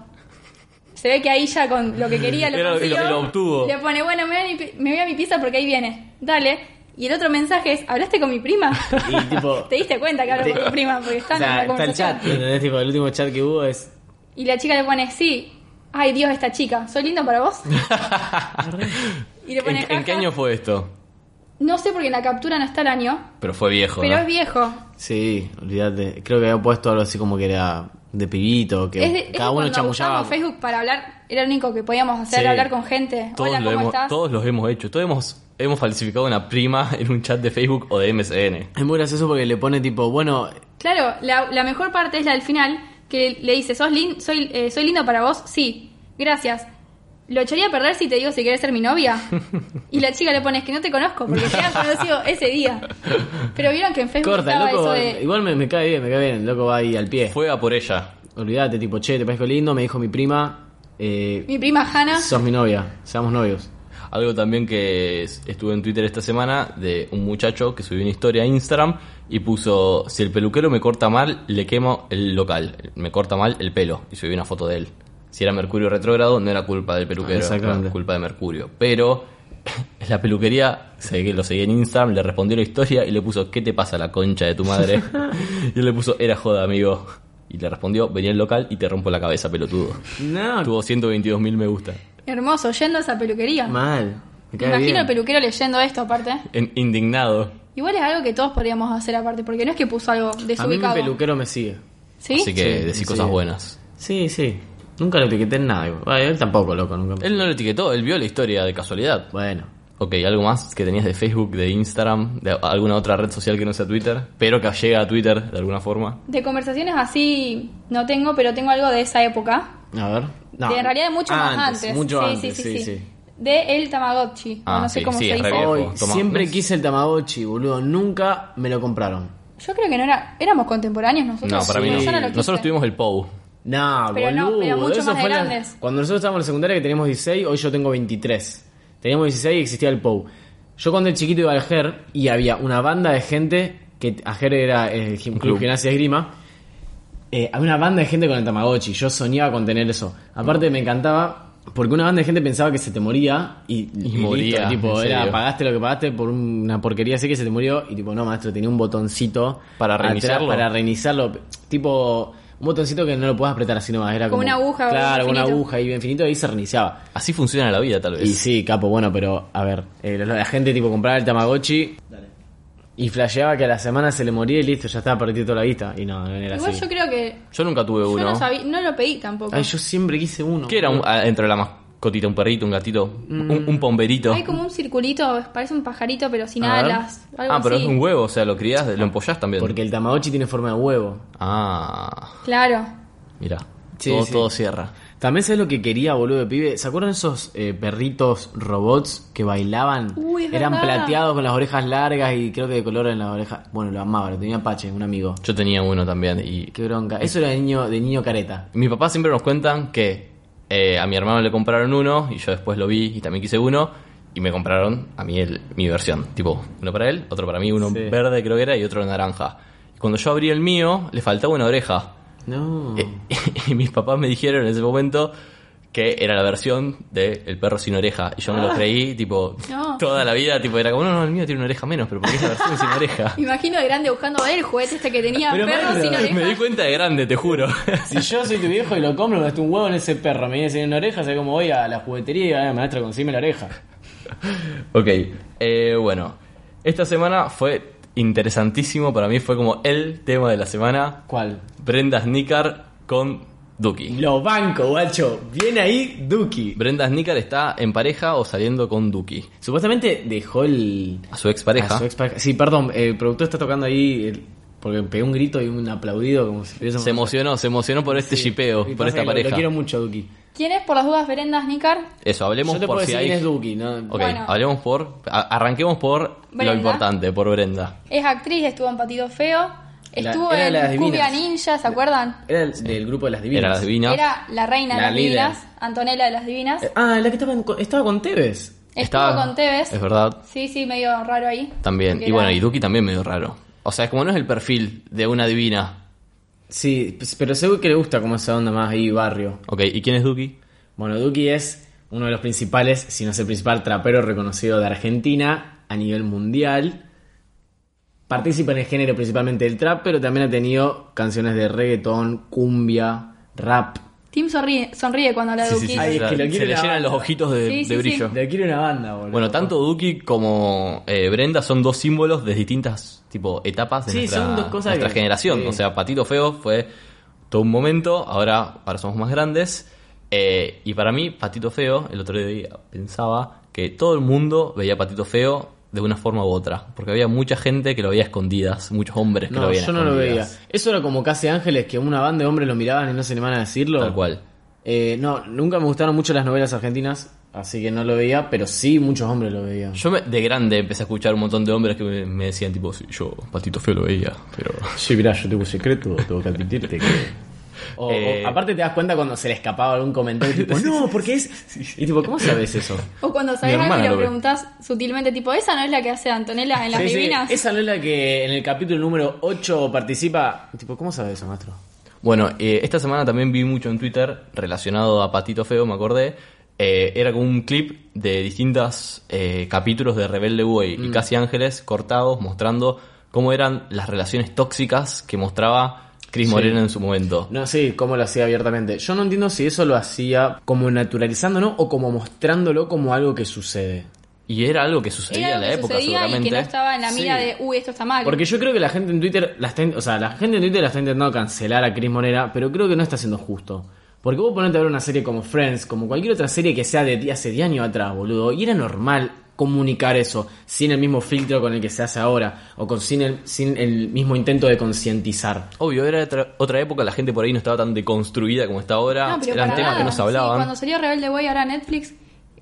D: Se ve que ahí ya con lo que quería lo,
C: Era lo que-
D: consiguió.
C: lo que lo obtuvo.
D: Le pone, bueno, me voy, a mi, pi- me voy a mi pieza porque ahí viene. Dale. Y el otro mensaje es, ¿hablaste con mi prima?
B: Y tipo.
D: Te diste cuenta que hablo
B: Te-
D: con tu prima porque
B: o
D: está en
B: sea,
D: la
B: está el
D: conversación.
B: chat. ¿entendés? Tipo, el último chat que hubo es.
D: Y la chica le pone, sí. Ay, Dios, esta chica. ¿Soy lindo para vos? y le
C: ¿En,
D: pone,
C: en qué
D: "Jaja".
C: año fue esto?
D: No sé porque en la captura no está el año,
C: Pero fue viejo.
D: pero
C: ¿no?
D: es viejo.
B: Sí, olvídate. Creo que había puesto algo así como que era de pibito, que
D: es de- es de cuando usábamos Facebook para hablar, era lo único que podíamos hacer,
C: Sí.
D: hablar con gente.
C: Todos,
D: Hola,
C: lo
D: ¿cómo
C: hemos,
D: estás?
C: todos los hemos hecho. Todos hemos, hemos falsificado una prima en un chat de Facebook o de MSN.
B: Es muy gracioso porque le pone tipo, bueno,
D: Claro, la, la mejor parte es la del final, que le dice, ¿Sos lin- soy, eh, ¿soy lindo para vos? Sí, gracias. Lo echaría a perder si te digo si querés ser mi novia. Y la chica le pone, es que no te conozco, porque te han conocido ese día. Pero vieron que en Facebook
B: corta,
D: estaba
B: loco.
D: eso eh. de...
B: Igual me, me cae bien, me cae bien. El loco va ahí al pie.
C: Fue a por ella.
B: Olvídate, tipo, che, te parezco lindo, me dijo mi prima, eh,
D: Mi prima Hannah,
B: sos mi novia, seamos novios.
C: Algo también que es- estuve en Twitter esta semana de un muchacho que subió una historia a Instagram y puso, si el peluquero me corta mal, le quemo el local, me corta mal el pelo. Y subió una foto de él. Si era Mercurio retrógrado, no era culpa del peluquero,
B: Exactamente.
C: era culpa de Mercurio. Pero la peluquería, sé que lo seguía en Instagram, le respondió la historia y le puso, ¿qué te pasa la concha de tu madre? y él le puso, era joda, amigo. Y le respondió, venía al local y te rompo la cabeza, pelotudo.
B: No,
C: Tuvo 122 mil me gusta.
D: hermoso, yendo a esa peluquería.
B: mal. Me
D: Me
B: cae
D: imagino
B: bien.
D: al peluquero leyendo esto aparte.
C: En- indignado.
D: Igual es algo que todos podríamos hacer aparte, porque no es que puso algo
B: A mí mi
D: desubicado.
B: peluquero me sigue.
D: ¿Sí?
C: Así que
B: Sí,
C: decí
B: sí.
C: cosas buenas.
B: Sí, sí. Nunca lo etiqueté en nada. igual. Bueno, él tampoco, loco, nunca. me-
C: Él no lo etiquetó, él vio la historia de
D: Eh.
C: casualidad.
B: Bueno.
C: Ok, algo más que tenías de Facebook, de Instagram, de alguna otra red social que no sea Twitter, pero que llega a Twitter de alguna forma.
D: De conversaciones así no tengo, pero tengo algo de esa época.
B: A ver. No,
D: de, en realidad de mucho más antes.
B: Mucho
D: sí,
B: antes,
D: sí, sí, sí.
B: sí.
D: De el Tamagotchi. o
C: Ah,
D: no sé
C: sí,
D: cómo
C: sí,
D: se
C: es re
D: dice.
C: viejo.
B: Hoy,
C: Toma,
B: siempre
C: ¿no?
B: quise el Tamagotchi, boludo. Nunca me lo compraron.
D: Yo creo que no era, éramos contemporáneos
C: No,
D: nosotros.
C: para mí no.
D: Yo lo quise.
C: Nosotros tuvimos el POU.
B: No,
D: Pero no,
B: boludo.
D: pero mucho
B: eso
D: más de
B: fue la-
D: grandes.
B: Cuando nosotros estábamos en la secundaria que teníamos 16, hoy yo tengo 23. Teníamos 16 y existía el POU. Yo cuando era chiquito iba al GER y había una banda de gente, que AGER era el gim- club
C: club.
B: gimnasia esgrima, eh, había una banda de gente con el Tamagotchi, yo soñaba con tener eso. Aparte me encantaba, porque una banda de gente pensaba que se te moría y, listo,
C: moría,
B: tipo,
C: en
B: era,
C: serio.
B: pagaste lo que pagaste por una porquería así que se te murió y tipo, no maestro, tenía un botoncito
C: Para
B: atrás
C: reiniciarlo.
B: para reiniciarlo. Tipo, un botoncito que no lo podías apretar así nomás. Era
D: Con
B: como,
D: una aguja,
B: Claro,
D: bien
B: con una
D: finito.
B: aguja y bien finito y se reiniciaba.
C: Así funciona la vida, tal vez.
B: Y sí, capo, bueno, pero a ver, eh, la gente tipo compraba el Tamagotchi y flasheaba que a la semana se le moría y listo, ya estaba perdido toda la vista. Y no, no era
D: Igual
B: así.
D: yo creo que.
C: Yo nunca tuve
D: Yo
C: uno.
D: no, sabí- no lo pedí tampoco.
B: Ay, yo siempre quise uno.
C: ¿Qué era un, ah, entre la mascotita? ¿Un perrito? ¿Un gatito? ¿Un, un pomberito?
D: Mm. Hay como un circulito, parece un pajarito, pero sin
B: A ver.
D: alas. Algo
C: Ah, pero
D: así.
C: es un huevo, o sea, lo criás, lo empollás también.
B: Porque el Tamagotchi tiene forma de huevo.
C: Ah,
D: Claro.
C: mira.
B: Sí,
C: todo,
B: sí.
C: todo cierra.
B: También sabes lo que quería, boludo de pibe. ¿Se acuerdan esos eh, perritos robots que bailaban?
D: Uy, es
B: Eran
D: verdad.
B: plateados con las orejas largas y creo que de color en las orejas. Bueno, lo amaba, lo tenía Pache, un amigo.
C: Yo tenía uno también y
B: Qué bronca. Eso era de niño, de niño careta.
C: Mi papá siempre nos cuentan que eh, a mi hermano le compraron uno y yo después lo vi y también quise uno y me compraron a mí el- mi versión. Tipo, uno para él, otro para mí, uno
B: Sí.
C: verde creo que era y otro naranja. Y cuando yo abrí el mío, le faltaba una oreja.
B: No.
C: Y mis papás me dijeron en ese momento que era la versión de El perro sin oreja. Y yo me lo creí, tipo,
D: No.
C: toda la vida, tipo, era como, no, no, el mío tiene una oreja menos, pero ¿por qué es la versión sin oreja?
D: Me imagino de grande buscando "Ay, el juguete este que tenía
B: Pero,
D: perro
B: madre,
D: sin orejas.
C: Me di cuenta de grande, te juro.
B: Si yo soy tu viejo y lo compro, me gasto un huevo en ese perro. Me viene sin una oreja, sé cómo voy a la juguetería y digo, "Eh, maestro, consígueme la oreja.
C: ok, eh, bueno, esta semana fue interesantísimo, para mí fue como el tema de la semana,
B: ¿Cuál?
C: Brenda Snicker con Duki.
B: Lo banco, guacho. Viene ahí Duki.
C: Brenda Snicker está en pareja o saliendo con Duki,
B: Supuestamente dejó el.
C: a su expareja.
B: a su expareja. Sí, perdón, eh, el productor está tocando ahí. el- Porque pegué un grito y un aplaudido como si
C: se emocionó, se emocionó por este shipeo,
B: Y
C: por
B: pasa
C: esta
B: que lo-
C: pareja.
B: Lo quiero mucho, Duki.
D: ¿Quién es por las dudas Brenda Snicker?
C: Eso, hablemos
B: Yo te
C: por
B: puedo
C: si
B: decir
C: hay.
B: quién es Duki, ¿no?
C: Ok,
D: Bueno.
C: hablemos por. a- arranquemos por
D: Brenda.
C: lo importante, por Brenda.
D: Es actriz, estuvo en Patito Feo,
B: La-
D: estuvo
B: era las
D: en Cumbia
B: divinas.
D: Ninja, ¿se acuerdan?
B: Era el- del grupo de las divinas.
C: Era las divinas.
D: Era la reina de
B: La
D: las
B: líder.
D: divinas, Antonella de las divinas.
B: Eh, Ah, la que estaba, en- estaba con Tevez.
D: estuvo
C: Estaba-
D: con Tevez.
C: Es verdad,
D: Sí, sí, medio raro ahí.
C: también.
D: Porque
C: Y bueno,
D: era-
C: y Duki también medio raro. O sea, es como no es el perfil de una divina.
B: Sí, p- pero seguro que le gusta como esa onda más ahí barrio.
C: Ok, ¿y quién es Duki?
B: Bueno, Duki es uno de los principales, si no es el principal trapero reconocido de Argentina a nivel mundial. Participa en el género principalmente del trap, pero también ha tenido canciones de reggaetón, cumbia, rap.
D: Tim sonríe, sonríe cuando habla de Duki.
B: Ay, es
C: se-
B: que lo
C: se
B: quiere
C: le
B: la
C: llenan
B: banda.
C: los ojitos de,
D: Sí, sí,
C: de
D: sí.
C: brillo.
B: Le quiero una banda, boludo.
C: Bueno, tanto Duki como eh, Brenda son dos símbolos de distintas tipo etapas de
B: Sí,
C: nuestra,
B: son dos cosas
C: nuestra
B: que-
C: generación.
B: sí.
C: O sea, Patito Feo fue todo un momento, ahora, ahora somos más grandes. Eh, y para mí, Patito Feo, el otro día pensaba que todo el mundo veía a Patito Feo de una forma u otra. Porque había mucha gente que lo veía a escondidas, muchos hombres que lo
B: No,
C: veían a
B: yo no lo veía.
C: escondidas.
B: Eso era como Casi Ángeles, que una banda de hombres lo miraban y no se animaban a decirlo.
C: Tal cual.
B: Eh, no, nunca me gustaron mucho las novelas argentinas, así que no lo veía, pero sí muchos hombres lo veían.
C: Yo me- de grande empecé a escuchar un montón de hombres que me, me decían, tipo, "Sí, yo Patito Feo lo veía, pero...
B: Sí, mirá, yo tengo un secreto, tengo que admitirte que... O, o
C: Eh.
B: aparte te das cuenta cuando se le escapaba algún comentario tipo, no, porque es... Y tipo, ¿cómo sabes eso?
D: O cuando sabes algo
C: hermana
D: y
C: lo
D: le
C: ve.
D: preguntás sutilmente, tipo, esa no es la que hace Antonella en las
B: Sí, sí,
D: divinas.
B: Esa no es la que en el capítulo número 8 participa. Tipo, ¿cómo sabes eso, maestro?
C: Bueno, eh, esta semana también vi mucho en Twitter relacionado a Patito Feo, me acordé. Eh, era como un clip de distintos capítulos de Rebelde Way y Casi Ángeles cortados mostrando cómo eran las relaciones tóxicas que mostraba Cris
B: Sí.
C: Morena en su momento.
B: No, sí, cómo lo hacía abiertamente. Yo no entiendo si eso lo hacía como naturalizándolo o como mostrándolo como algo que sucede.
C: Y era algo que sucedía en
D: Era algo
C: la
D: que
C: época,
D: sucedía y
C: seguramente.
D: que no estaba en la
B: Sí.
D: mira de, uy, esto está mal.
B: Porque yo creo que la gente en Twitter, la está, in- o sea, la gente en Twitter la está intentando cancelar a Chris Monera, pero creo que no está siendo justo. Porque vos ponete a ver una serie como Friends, como cualquier otra serie que sea de di- hace 10 años atrás, boludo, y era normal comunicar eso sin el mismo filtro con el que se hace ahora, o con, sin, el, sin el mismo intento de concientizar.
C: Obvio, era otra, otra época, la gente por ahí no estaba tan deconstruida como está ahora.
D: No, pero
C: Ah, Eran
D: para
C: temas que
D: nada.
C: no se hablaban.
D: Sí, cuando salió Rebelde Way ahora Netflix,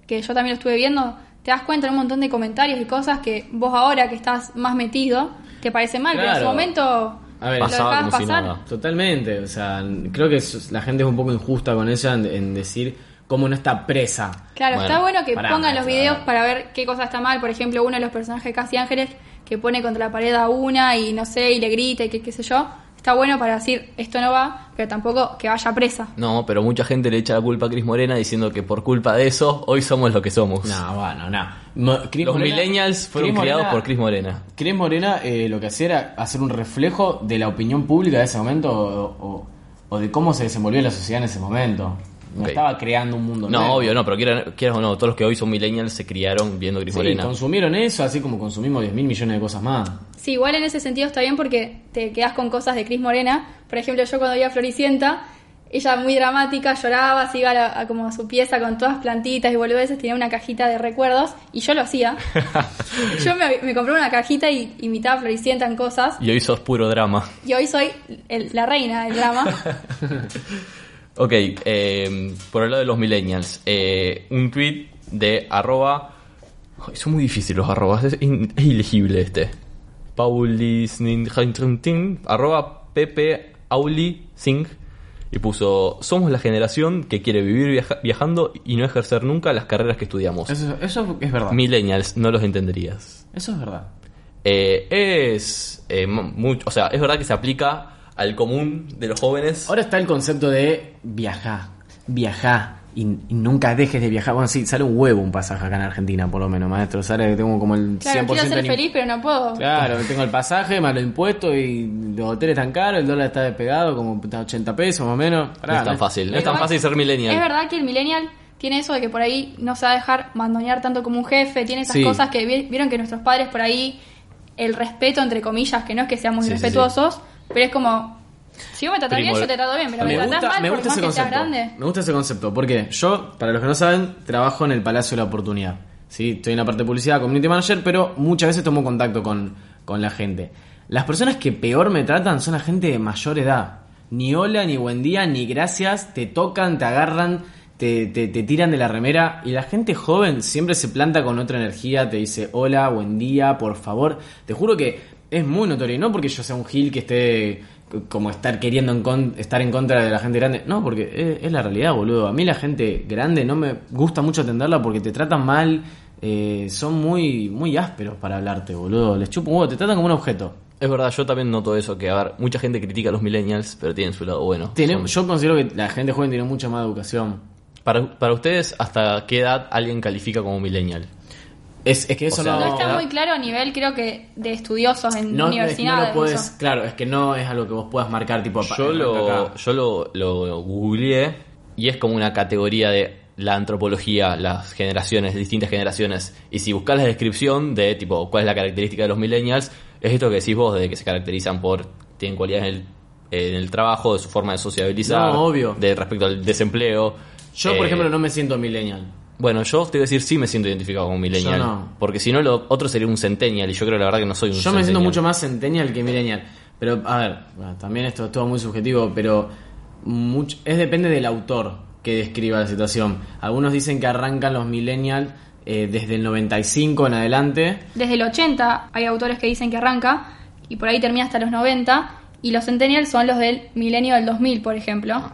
D: que yo también lo estuve viendo, te das cuenta de un montón de comentarios y cosas que vos ahora que estás más metido, te parece mal, pero en su
B: Claro.
D: momento
B: A ver,
D: lo
C: Pasaba
D: dejabas
C: como si
D: pasar.
C: nada.
B: Totalmente, o sea, n- creo que eso es- la gente es un poco injusta con ella en, en decir cómo no está presa.
D: Claro,
C: Bueno,
D: está bueno que
B: pará,
D: pongan los
B: pará.
D: videos para ver qué cosa está mal. Por ejemplo, uno de los personajes de Casi Ángeles que pone contra la pared a una y no sé, y le grita y qué, qué sé yo. Está bueno para decir esto no va, pero tampoco que vaya presa.
C: No, pero mucha gente le echa la culpa a Cris Morena diciendo que por culpa de eso hoy somos lo que somos.
B: No, bueno, no. Mo- Cris
C: Los
B: Morena-
C: millennials fueron
B: Cris
C: criados
B: Morena-
C: por Cris Morena.
B: Cris Morena eh, lo que hacía era hacer un reflejo de la opinión pública de ese momento o, o- o de cómo se desenvolvió la sociedad en ese momento. No
C: Ok.
B: estaba creando un mundo
C: No,
B: nuevo.
C: obvio, no, pero quieran- quieras o no, todos los que hoy son millennials se criaron viendo Cris
B: Sí,
C: Morena.
B: consumieron eso así como consumimos 10 mil millones de cosas más.
D: Sí, igual en ese sentido está bien porque te quedas con cosas de Cris Morena. Por ejemplo, yo cuando iba a Floricienta, ella muy dramática, lloraba, se iba a, la- a como a su pieza con todas plantitas y boludeces, tenía una cajita de recuerdos y yo lo hacía. yo me, me compré una cajita y imitaba a Floricienta en cosas
C: Y hoy sos puro drama.
D: y hoy soy el- la reina del drama.
C: Ok, eh, por el lado de los millennials, eh, un tweet de arroba... Ay, son muy difíciles los arrobas, es, in- es ilegible este. Paulis... nin- jain- trin- tin, Arroba Pepe Auli Singh. Y puso, somos la generación que quiere vivir viaja- viajando y no ejercer nunca las carreras que estudiamos.
B: Eso, eso es verdad.
C: Millennials, no los entenderías.
B: Eso es verdad.
C: Eh, es eh, mu- mucho, o sea, es verdad que se aplica al común de los jóvenes.
B: Ahora está el concepto de viajar, viajar y, y nunca dejes de viajar. Bueno, sí, sale un huevo un pasaje acá en Argentina, por lo menos, maestro. Sale que tengo como el 100%
D: Claro, quiero
B: de
D: ser
B: ni-
D: feliz, pero no puedo.
B: Claro, tengo el pasaje, más los impuestos y los hoteles tan caros, el dólar está despegado, como está 80 pesos más o menos. Pará,
C: no es tan fácil, no es tan
D: Igual,
C: fácil ser millennial.
D: Es verdad que el millennial tiene eso de que por ahí no se va a dejar mandonear tanto como un jefe, tiene esas
B: Sí.
D: cosas que vi- vieron que nuestros padres por ahí, el respeto entre comillas, que no es que seamos
C: Sí, sí,
D: irrespetuosos, pero es como, si vos me tratás bien,
C: Primor-
D: yo te trato bien, pero me,
B: Me
D: tratás
B: gusta,
D: mal
B: me
D: por
B: gusta
D: más
B: ese
D: que seas
B: concepto.
D: grande.
B: Me gusta ese concepto, porque yo, para los que no saben, trabajo en el Palacio de la Oportunidad. Sí, estoy en la parte de publicidad, community manager, pero muchas veces tomo contacto con, con la gente. Las personas que peor me tratan son la gente de mayor edad. Ni hola, ni buen día, ni gracias, te tocan, te agarran, te, te- te tiran de la remera. Y la gente joven siempre se planta con otra energía, te dice hola, buen día, por favor. Te juro que es muy notorio. Y no porque yo sea un gil que esté c- como estar queriendo en con- estar en contra de la gente grande. No, porque e, es, es la realidad, boludo. A mí la gente grande no me gusta mucho atenderla porque te tratan mal. eh, son muy, muy ásperos para hablarte, boludo. Les chupo un huevo, te tratan como un objeto.
C: Es verdad, yo también noto eso, que a ver, mucha gente critica a los millennials, pero tienen su lado bueno.
B: Tiene-
C: Son-
B: yo considero que la gente joven tiene mucha más educación.
C: para, para ustedes, ¿hasta qué edad alguien califica como millennial?
B: Es, es que eso
C: O sea,
B: no,
D: No está
C: ¿verdad?
D: muy claro a nivel, creo que, de estudiosos en
B: no- es- no
D: universidades.
B: lo puedes.
D: eso.
B: Claro, es que no es algo que vos puedas marcar, tipo. pa-
C: Yo
B: acá.
C: lo, yo lo, lo googleé y es como una categoría de la antropología, las generaciones, distintas generaciones. Y si buscas la descripción de tipo cuál es la característica de los millennials, es esto que decís vos, de que se caracterizan por, tienen cualidades en el, en el trabajo, de su forma de sociabilizar,
B: No, obvio.
C: de respecto al desempleo.
B: Yo, por
C: Eh,
B: ejemplo, no me siento millennial.
C: Bueno, yo te voy a decir sí me siento identificado como millennial.
B: Yo no.
C: Porque si no, lo otro sería un centennial y yo creo la verdad que no soy un
B: Yo me siento
C: centennial.
B: mucho más centennial que millennial. Pero, a ver, bueno, también esto es todo muy subjetivo, pero much- es depende del autor que describa la situación. Algunos dicen que arrancan los millennials eh, desde el 95 en adelante.
D: Desde el 80 hay autores que dicen que arranca y por ahí termina hasta los 90 y los centennials son los del milenio del 2000, por ejemplo.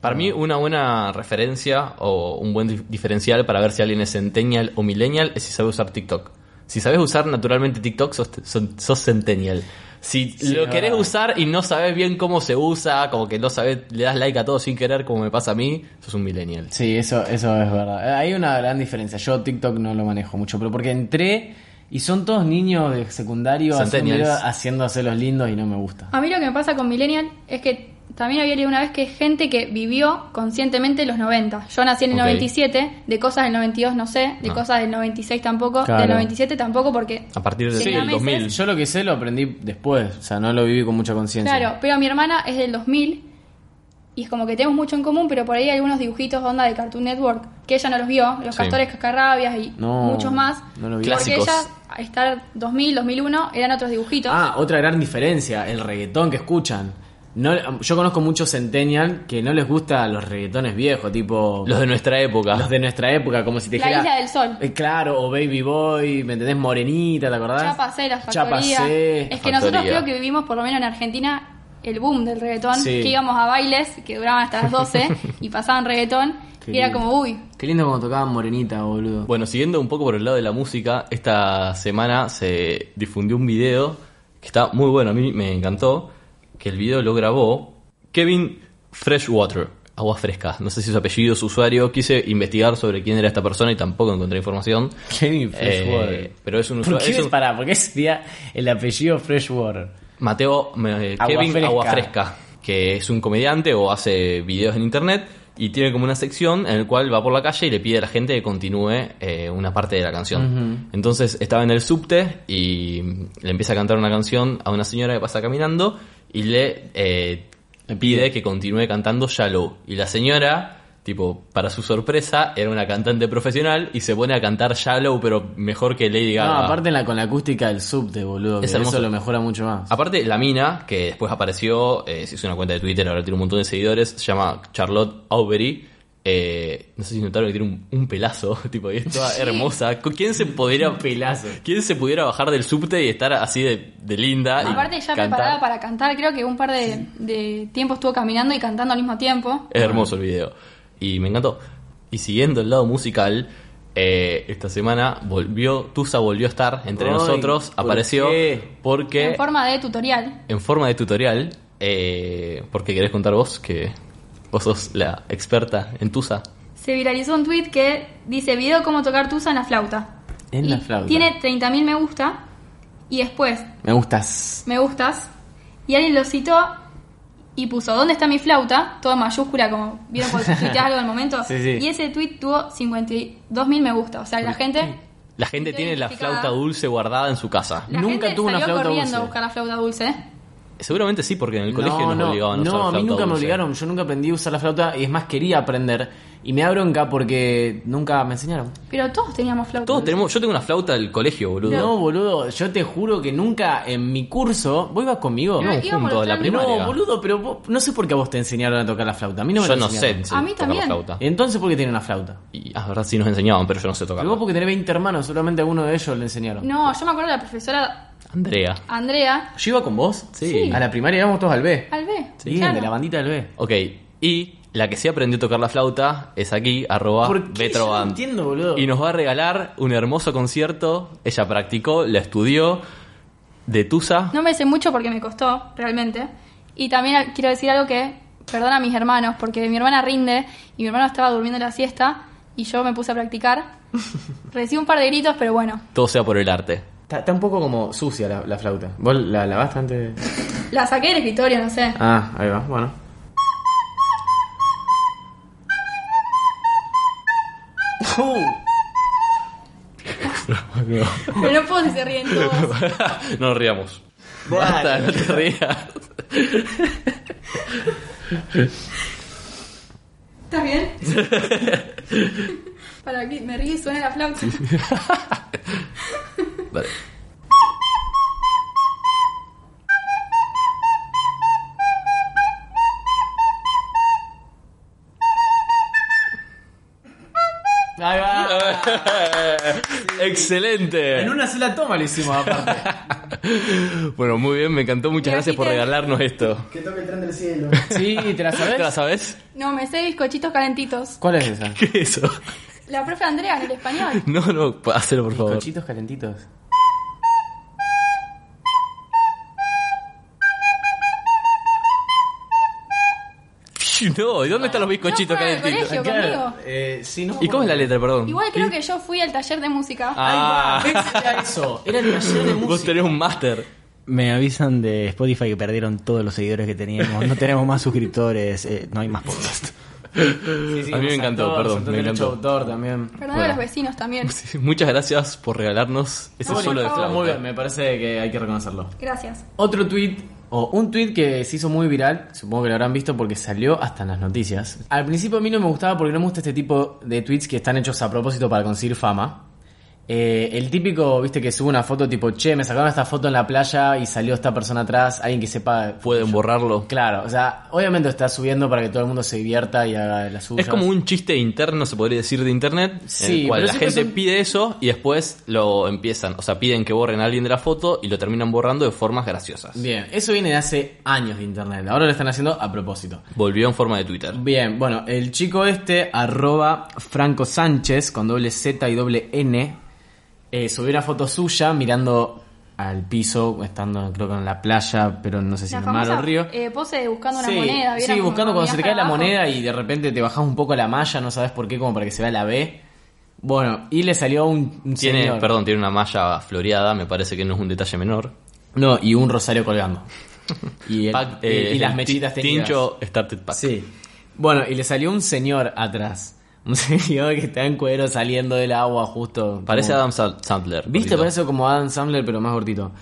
C: Para mí, una buena referencia o un buen dif- diferencial para ver si alguien es centennial o millennial es si sabe usar TikTok. Si sabes usar naturalmente TikTok, sos, son- sos centennial. Si
B: Sí,
C: lo
B: es
C: querés
B: verdad.
C: usar y no sabes bien cómo se usa, como que no sabes, le das like a todo sin querer, como me pasa a mí, sos un millennial.
B: Sí, eso, eso es verdad. Eh, Hay una gran diferencia. Yo TikTok no lo manejo mucho, pero porque entré y son todos niños de secundario haciendo
C: Centennials.
B: video- haciéndose los lindos y no me gusta.
D: A mí lo que me pasa con Millennial es que también había leído una vez que es gente que vivió conscientemente los 90. Yo nací en el
C: Ok.
D: 97, de cosas del 92 no sé, de
C: No.
D: cosas del 96 tampoco, del
B: Ah. Claro.
D: 97 tampoco porque...
C: A partir del
D: Sí, meses.
C: 2000.
B: Yo lo que sé lo aprendí después, o sea, no lo viví con mucha conciencia.
D: Claro, pero mi hermana es del 2000 y es como que tenemos mucho en común, pero por ahí hay algunos dibujitos onda de Cartoon Network que ella no los vio, los
C: Sí.
D: castores cascarrabias y
B: No,
D: muchos más.
B: no lo vi.
D: Porque
C: Clásicos.
D: ella, al estar 2000, 2001, eran otros dibujitos.
B: Ah, otra gran diferencia, el reggaetón que escuchan. No, yo conozco muchos centennial que no les gustan los reggaetones viejos, tipo
C: Los de nuestra época.
B: los de nuestra época, como si te
D: La
B: dijera...
D: Isla del Sol.
B: Eh, claro, o Baby Boy, ¿me entendés? Morenita, ¿te acordás?
D: Ya pasé la
B: Ya
D: factoría.
B: pasé.
D: es que nosotros
C: factoría.
D: creo que vivimos, por lo menos en Argentina, el boom del reggaetón.
B: Sí.
D: Que íbamos a bailes que duraban hasta las 12 y pasaban reggaetón.
B: Qué
D: y era
B: lindo.
D: como, uy,
B: Qué lindo cuando tocaban Morenita, boludo.
C: Bueno, siguiendo un poco por el lado de la música, esta semana se difundió un video que está muy bueno, a mí me encantó, que el video lo grabó Kevin Freshwater, agua fresca. No sé si su apellido, su usuario, quise investigar sobre quién era esta persona y tampoco encontré información.
B: Kevin
C: Eh, pero es un
B: ¿Por
C: usuario...
B: qué
C: es un-
B: Pará, porque sería el apellido Freshwater?
C: Mateo me- eh,
B: Agua
C: Kevin
B: Fresca.
C: Agua Fresca, que es un comediante o hace videos en internet y tiene como una sección en la cual va por la calle y le pide a la gente que continúe eh, una parte de la canción. Entonces estaba en el subte y le empieza a cantar una canción a una señora que pasa caminando y le eh,
B: Le pide.
C: pide que continúe cantando Shallow. Y la señora, tipo, para su sorpresa, era una cantante profesional y se pone a cantar Shallow, pero mejor que Lady
B: No,
C: Gaga.
B: Ah, aparte en la, con la acústica del subte, boludo.
C: Es
B: que
C: hermoso.
B: eso lo mejora mucho más.
C: Aparte, la mina, que después apareció, eh, se hizo una cuenta de Twitter, ahora tiene un montón de seguidores, se llama Charlotte Aubery. Eh, no sé si notaron que tiene un, un pelazo, tipo, y es toda hermosa. ¿Con ¿Quién se pudiera
B: pelazo.
C: ¿Quién se pudiera bajar del subte y estar así de, de
B: Ah,
C: linda? y
D: aparte ya
C: cantar?
D: preparada para cantar. Creo que un par de, de tiempo estuvo caminando y cantando al mismo tiempo.
C: Es hermoso el video. Y me encantó. Y siguiendo el lado musical, eh, esta semana volvió, Tusa volvió a estar entre
B: Ay,
C: nosotros,
B: ¿por
C: apareció
B: qué?
C: porque
D: En forma de tutorial.
C: en forma de tutorial eh, porque querés contar vos que vos sos la experta en Tusa.
D: Se viralizó un tweet que dice video cómo tocar tusa en la flauta.
B: En
D: Y
B: la flauta.
D: Tiene 30.000 me gusta y después
B: Me gustas.
D: me gustas y alguien lo citó y puso ¿dónde está mi flauta? Todo en mayúscula como vieron cuando tuiteas algo al momento.
B: Sí, sí.
D: Y ese tweet tuvo 52.000 me gusta, o sea, la gente
C: La gente
D: Estoy
C: tiene la
D: identificada.
C: flauta dulce guardada en su casa.
D: la
B: Nunca
D: gente
B: tuvo una
D: salió
B: flauta
D: corriendo
B: dulce.
D: a buscar la flauta dulce. ¿eh?
C: Seguramente sí, porque en el colegio nos obligaban a usar
B: no, a mí
C: flauta
B: nunca me
C: dulce.
B: obligaron. Yo nunca aprendí a usar la flauta y es más, quería aprender. Y me da bronca porque nunca me enseñaron.
D: Pero todos teníamos flauta.
C: Todos
D: dulce.
C: tenemos, yo tengo una flauta del colegio, boludo.
B: No, boludo, yo te juro que nunca en mi curso. ¿Vos ibas conmigo?
D: No,
C: No,
D: íbamos
C: juntos,
D: los
C: la
D: tres.
C: primaria.
B: No, boludo, pero vos- no sé por qué a vos te enseñaron a tocar la flauta. A mí no me
C: yo
B: lo
C: no sé.
B: enseñaron.
C: si
D: A mí
C: tocar la
D: también.
C: flauta.
B: Entonces, ¿por qué tienen una flauta?
C: Y a verdad sí nos enseñaban, pero yo no sé tocar.
B: Pero vos porque tenés 20 hermanos, solamente a uno de ellos le enseñaron.
D: No, yo me acuerdo de la profesora
C: Andrea.
D: Andrea
B: ¿Yo iba con vos?
C: Sí.
B: A la primaria íbamos todos al B.
D: Albe.
B: Sí, de la bandita del B.
C: Ok, y la que sí aprendió a tocar la flauta es aquí, arroba
B: ¿Por qué? Yo no
C: Betroban.
B: entiendo, boludo.
C: Ah, Y nos va a regalar un hermoso concierto. Ella practicó, la estudió, de Tusa.
D: No me sé mucho porque me costó, realmente. Y también al- quiero decir algo que, perdona a mis hermanos, porque mi hermana rinde y mi hermano estaba durmiendo la siesta y yo me puse a practicar. Recibí un par de gritos, pero bueno.
C: Todo sea por el arte.
B: Está, está un poco como sucia la, la flauta. ¿Vos la lavaste antes? de-
D: La saqué del escritorio, no sé.
B: Ah, ahí va, bueno.
D: Pero no puedo si se ríen todos.
C: no nos riamos.
B: Dale.
C: Basta, no te rías.
D: ¿Estás bien? Para que me ríe y suene la flauta.
C: Vale.
B: Ahí va.
C: Excelente.
B: En una sola toma lo hicimos aparte.
C: Bueno, muy bien, me encantó. Muchas
D: Y
C: gracias por
D: ahorita-
C: regalarnos esto.
G: Que toque el tren del cielo.
B: Sí, ¿te la sabés?
C: ¿Te la sabes?
D: No, me sé bizcochitos calentitos.
B: ¿Cuál es esa?
C: ¿Qué es eso?
D: La profe Andrea en el español.
C: No, no, hazlo por favor.
B: Cochitos calentitos.
C: No, ¿y dónde están los bizcochitos
D: No fue al
C: calentitos?
D: colegio. conmigo.
B: eh, sí, no.
C: ¿Y cómo es la letra, perdón?
D: Igual creo que yo fui al taller de música.
C: Ah,
B: Ahí va, era eso. Era el taller de
C: vos
B: música.
C: tenés un máster.
G: Me avisan de Spotify que perdieron todos los seguidores que teníamos. No tenemos más suscriptores. eh, no hay más podcast.
B: Sí, sí,
C: A mí me
B: nos
C: encantó,
B: saltó,
C: perdón,
B: nos saltó
C: me
B: derecho de
C: encantó.
B: autor también.
D: Perdón a los vecinos también.
C: Sí, Muchas gracias por regalarnos ese
B: Estuvo
C: solo de
B: lindo,
C: flauta.
B: Muy bien, me parece que hay que reconocerlo.
D: Gracias.
B: Otro tweet, o un tweet que se hizo muy viral, supongo que lo habrán visto porque salió hasta en las noticias. Al principio a mí no me gustaba porque no me gusta este tipo de tweets que están hechos a propósito para conseguir fama. Eh, el típico, viste, que sube una foto tipo, che, me sacaron esta foto en la playa y salió esta persona atrás, alguien que sepa.
C: Pueden borrarlo.
B: Claro, o sea, obviamente lo está subiendo para que todo el mundo se divierta y haga la suya.
C: Es como un chiste interno, se podría decir, de internet, en
B: Sí,
C: el cual
B: pero
C: la
B: siempre
C: gente
B: son-
C: pide eso y después lo empiezan. O sea, piden que borren a alguien de la foto y lo terminan borrando de formas graciosas.
B: Bien, eso viene de hace años de internet, ahora lo están haciendo a propósito.
C: Volvió en forma de Twitter.
B: Bien, bueno, el chico este, arroba Franco Sánchez, con doble Z y doble N, eh, subió una foto suya mirando al piso, estando creo que en la playa, pero no sé si
D: La
B: en el mar o
D: famosa
B: el río.
D: eh, pose de buscando una moneda. ¿vieron?
B: sí,
D: Como
B: buscando cuando se te cae la
D: abajo.
B: moneda y de repente te bajas un poco la malla, no sabes por qué, como para que se vea la B. Bueno, y le salió un, un
C: Tiene,
B: señor.
C: perdón, tiene una malla floreada, me parece que no es un detalle menor.
B: No, y un rosario colgando. Y, el-
C: Pac-
B: y-
C: eh,
B: y las
C: el
B: mechitas
C: ti-
B: teñidas.
C: Tincho Started Pack.
B: Sí. Bueno, y le salió un señor atrás. Un señor que está en cuero saliendo del agua justo.
C: Parece
B: como-
C: Adam Sal- Sandler.
B: Viste,
C: gordito.
B: parece como Adam Sandler, pero más gordito.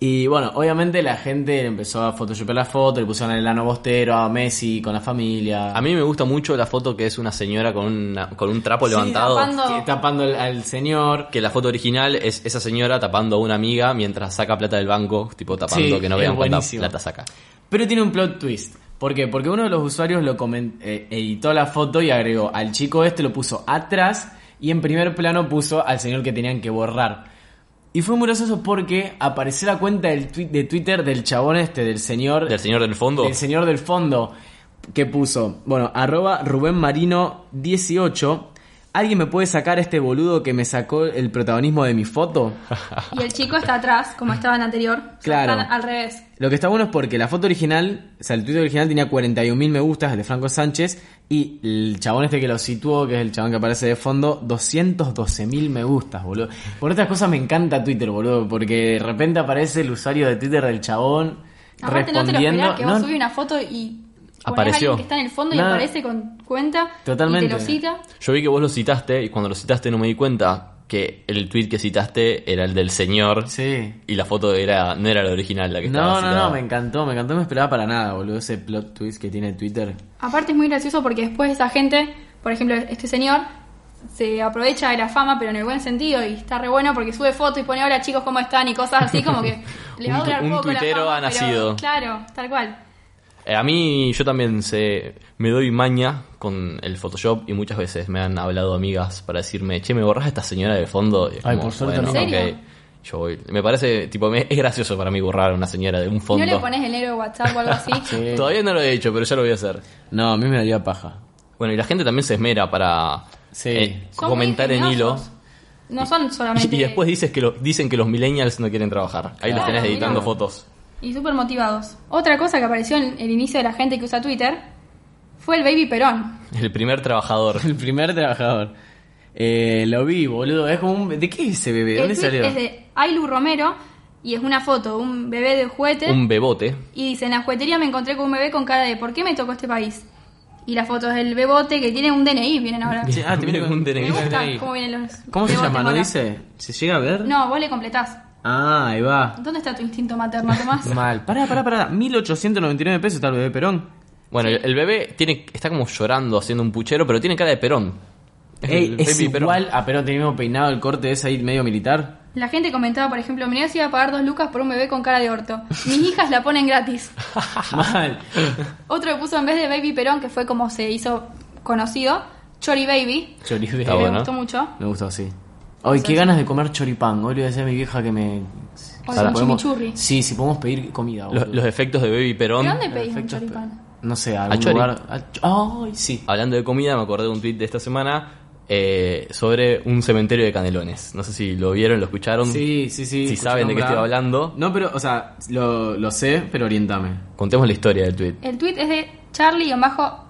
B: Y bueno, obviamente la gente le empezó a photoshopear la foto, le pusieron el lano bostero a Messi con la familia.
C: A mí me gusta mucho la foto que es una señora con, una- con un trapo levantado.
D: tapando-
B: Sí, tapando al, al señor.
C: Que la foto original es esa señora tapando a una amiga mientras saca plata del banco, tipo tapando
B: Sí,
C: que no
B: es
C: vean cuánta
B: buenísimo.
C: plata saca.
B: Pero tiene un plot twist. ¿Por qué? Porque uno de los usuarios lo comen- eh, editó la foto y agregó al chico este, lo puso atrás y en primer plano puso al señor que tenían que borrar. Y fue muy gracioso porque apareció la cuenta del twi- de Twitter del chabón este, del señor,
C: Del señor del fondo.
B: del señor del fondo, que puso, bueno, arroba Rubén Marino 18 ¿Alguien me puede sacar este boludo que me sacó el protagonismo de mi foto?
D: Y el chico está atrás, como estaba en la anterior. O sea,
B: Claro.
D: están al revés.
B: Lo que está bueno es porque la foto original, o sea, el tuit original tenía 41.000 me gustas, el de Franco Sánchez, y el chabón este que lo situó, que es el chabón que aparece de fondo, 212.000 me gustas, boludo. Por otras cosas me encanta Twitter, boludo, porque de repente aparece el usuario de Twitter del chabón
D: Aparte no te lo
B: respondiendo.
D: esperás, que vos
B: No,
D: subís una foto y ponés a
C: Apareció.
D: alguien que está en el fondo y
B: Nada.
D: aparece con cuenta
B: Totalmente.
D: y te lo cita.
C: Yo vi que vos lo citaste y cuando lo citaste no me di cuenta que el tweet que citaste era el del señor
B: sí.
C: y la foto era no era la original la que estaba
B: No, no,
C: citada.
B: no, me encantó, me encantó, no me esperaba para nada, boludo, ese plot twist que tiene Twitter.
D: Aparte es muy gracioso porque después esa gente, por ejemplo este señor, se aprovecha de la fama pero en el buen sentido y está re bueno porque sube fotos y pone hola chicos cómo están y cosas así como que le va a
C: Un tu-
D: durar
C: un
D: poco la
C: tuitero
D: fama,
C: ha
D: pero,
C: nacido.
D: claro, tal cual.
C: Eh, A mí yo también se, me doy maña con el Photoshop y muchas veces me han hablado amigas para decirme, che, me borras a esta señora de fondo. Y es
G: Ay,
C: como,
G: por suerte
C: bueno,
D: no. ¿En serio?
C: ok. Yo voy. Me parece, tipo, me- es gracioso para mí borrar a una señora de un fondo.
D: ¿No le pones el negro de WhatsApp o algo así?
C: Todavía no lo he hecho, pero ya lo voy a hacer.
B: No, a mí me daría paja.
C: Bueno, y la gente también se esmera para eh,
B: Sí.
D: Son muy
C: comentar en hilo.
D: ingeniosos. No son solamente...
C: Y, y después dices que lo, dicen que los millennials no quieren trabajar. Ahí los
D: Claro,
C: tenés editando
D: mirá.
C: fotos.
D: Y súper motivados. Otra cosa que apareció en el inicio de la gente que usa Twitter fue el Baby Perón.
C: El primer trabajador.
B: El primer trabajador. Eh, lo vi, boludo. Es como un... ¿De qué es ese bebé? ¿De
D: El
B: dónde
D: tweet
B: salió?
D: es de Ailu Romero y es una foto de un bebé de juguete.
C: Un bebote.
D: Y dice, en la juguetería me encontré con un bebé con cara de ¿por qué me tocó este país? Y la foto es del bebote que tiene un DNI, vienen ahora.
B: Sí, ah, te viene con un DNI.
D: me gusta cómo vienen los
B: ¿Cómo se
D: bebotes
B: llama? ¿No
D: ahora.
B: dice? ¿Se llega a ver?
D: No, vos le completás.
B: Ah, ahí va.
D: ¿Dónde está tu instinto materno, Tomás?
B: Mal. Pará, pará, pará. 1899 pesos está el bebé Perón.
C: Bueno, el- el bebé tiene, está como llorando, haciendo un puchero, pero tiene cara de perón.
B: Ey,
C: el
B: es
C: baby Perón.
B: igual a Perón. Tiene el mismo peinado, el corte ese ahí medio militar.
D: La gente comentaba, por ejemplo, mirá si iba a pagar dos lucas por un bebé con cara de orto. Mis hijas la ponen gratis.
B: Mal.
D: Otro que puso en vez de Baby Perón, que fue como se hizo conocido, Chori Baby.
B: Choripán.
C: Está
D: que
C: bueno.
D: Me gustó mucho.
B: Me gustó así. Ay, qué ganas de comer choripán. Hoy le voy a decir a mi vieja que me...
D: O
B: si
D: un
B: podemos-
D: chimichurri.
B: Sí, si podemos pedir comida.
C: Los,
B: boludo.
C: los efectos de Baby Perón.
D: ¿De dónde pedís un
B: Perfecto.
D: choripán?
B: No sé, a algún
C: chori.
B: lugar... a ch- Ay, sí.
C: Hablando de comida, me acordé de un tweet de esta semana eh, sobre un cementerio de canelones. No sé si lo vieron, lo escucharon.
B: Sí, sí, sí.
C: Si
B: escuché
C: saben de qué estoy
B: nombrar.
C: hablando,
B: No, pero, o sea, lo, lo sé, pero orientame.
C: contemos la historia del tweet.
D: El tweet es de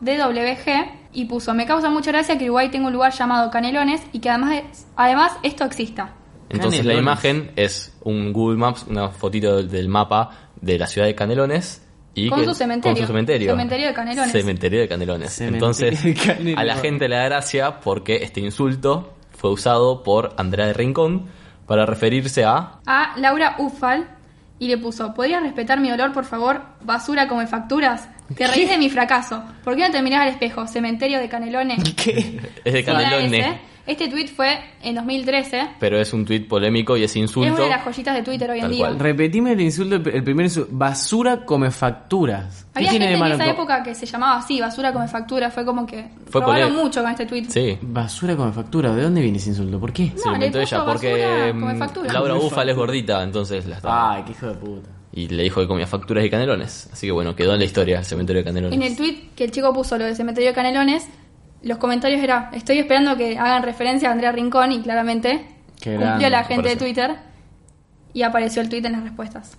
D: Charlie-DWG y puso, me causa mucha gracia que Uruguay tenga un lugar llamado Canelones y que además, es- además esto exista.
C: Entonces
B: Canelones.
C: la imagen es un Google Maps, una fotito del, del mapa de la ciudad de Canelones. Y
D: Con
C: que-
D: su cementerio.
C: con su cementerio.
D: Cementerio de Canelones.
C: Cementerio de Canelones.
B: Cementerio
C: Entonces,
B: de Canelones.
C: a la gente le da gracia porque este insulto fue usado por Andrea de Rincón para referirse a...
D: A Laura Ufal y le puso, ¿podrías respetar mi dolor, por favor? Basura come facturas. Te reís de mi fracaso. ¿Por qué no te mirás al espejo? Cementerio de Canelones.
B: ¿Qué?
C: Es de
D: Con la
C: Canelones.
D: S. Este tweet fue en 2013.
C: Pero es un tuit polémico y es
D: Es
C: insulto.
D: una de las joyitas de Twitter hoy en
C: Tal
D: día.
C: cual.
B: Repetime el insulto, el primer insulto. Basura come facturas. ¿Qué
D: Había
B: tiene
D: gente
B: de
D: en
B: malo?
D: esa
B: co-
D: época que se llamaba así, basura come factura, fue como que
C: Fue
D: robaron
C: polé-
D: mucho con este tweet.
C: Sí.
B: Basura come facturas. ¿De dónde viene ese insulto? ¿Por qué?
C: Se lo
D: le
C: inventó
D: puso
C: ella porque
D: basura come
C: mm,
D: factura.
C: Laura
B: Come
C: Búfala es gordita, entonces la estaba-
B: Ay, qué hijo de puta.
C: Y le dijo que comía facturas y canelones. Así que bueno, quedó en la historia el cementerio de canelones.
D: En el tweet que el chico puso lo del cementerio de Canelones, los comentarios era, estoy esperando que hagan referencia a Andrea Rincón y claramente
B: Qué grande,
D: cumplió la gente de
C: parece.
D: Twitter y apareció el tweet en las respuestas.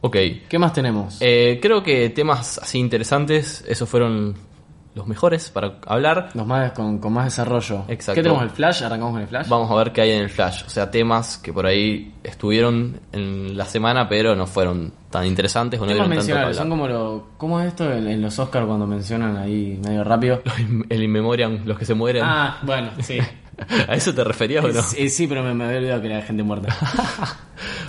C: Ok.
B: ¿Qué más tenemos?
C: Eh, creo que temas así interesantes, esos fueron los mejores para hablar.
B: Los más con, con más desarrollo.
C: Exacto.
B: ¿Qué tenemos? ¿El flash? ¿Arrancamos con el flash?
C: Vamos a ver qué hay en el flash. O sea, temas que por ahí estuvieron en la semana, pero no fueron tan interesantes o no
B: Temas
C: dieron tanto para
B: mencionables,
C: hablar.
B: son como lo... ¿Cómo es esto en, en los Oscars cuando mencionan ahí medio rápido?
C: El in memoriam, los que se mueren.
B: Ah, bueno, sí.
C: ¿A eso te referías o no?
B: Sí, sí, pero me, me había olvidado que era gente muerta.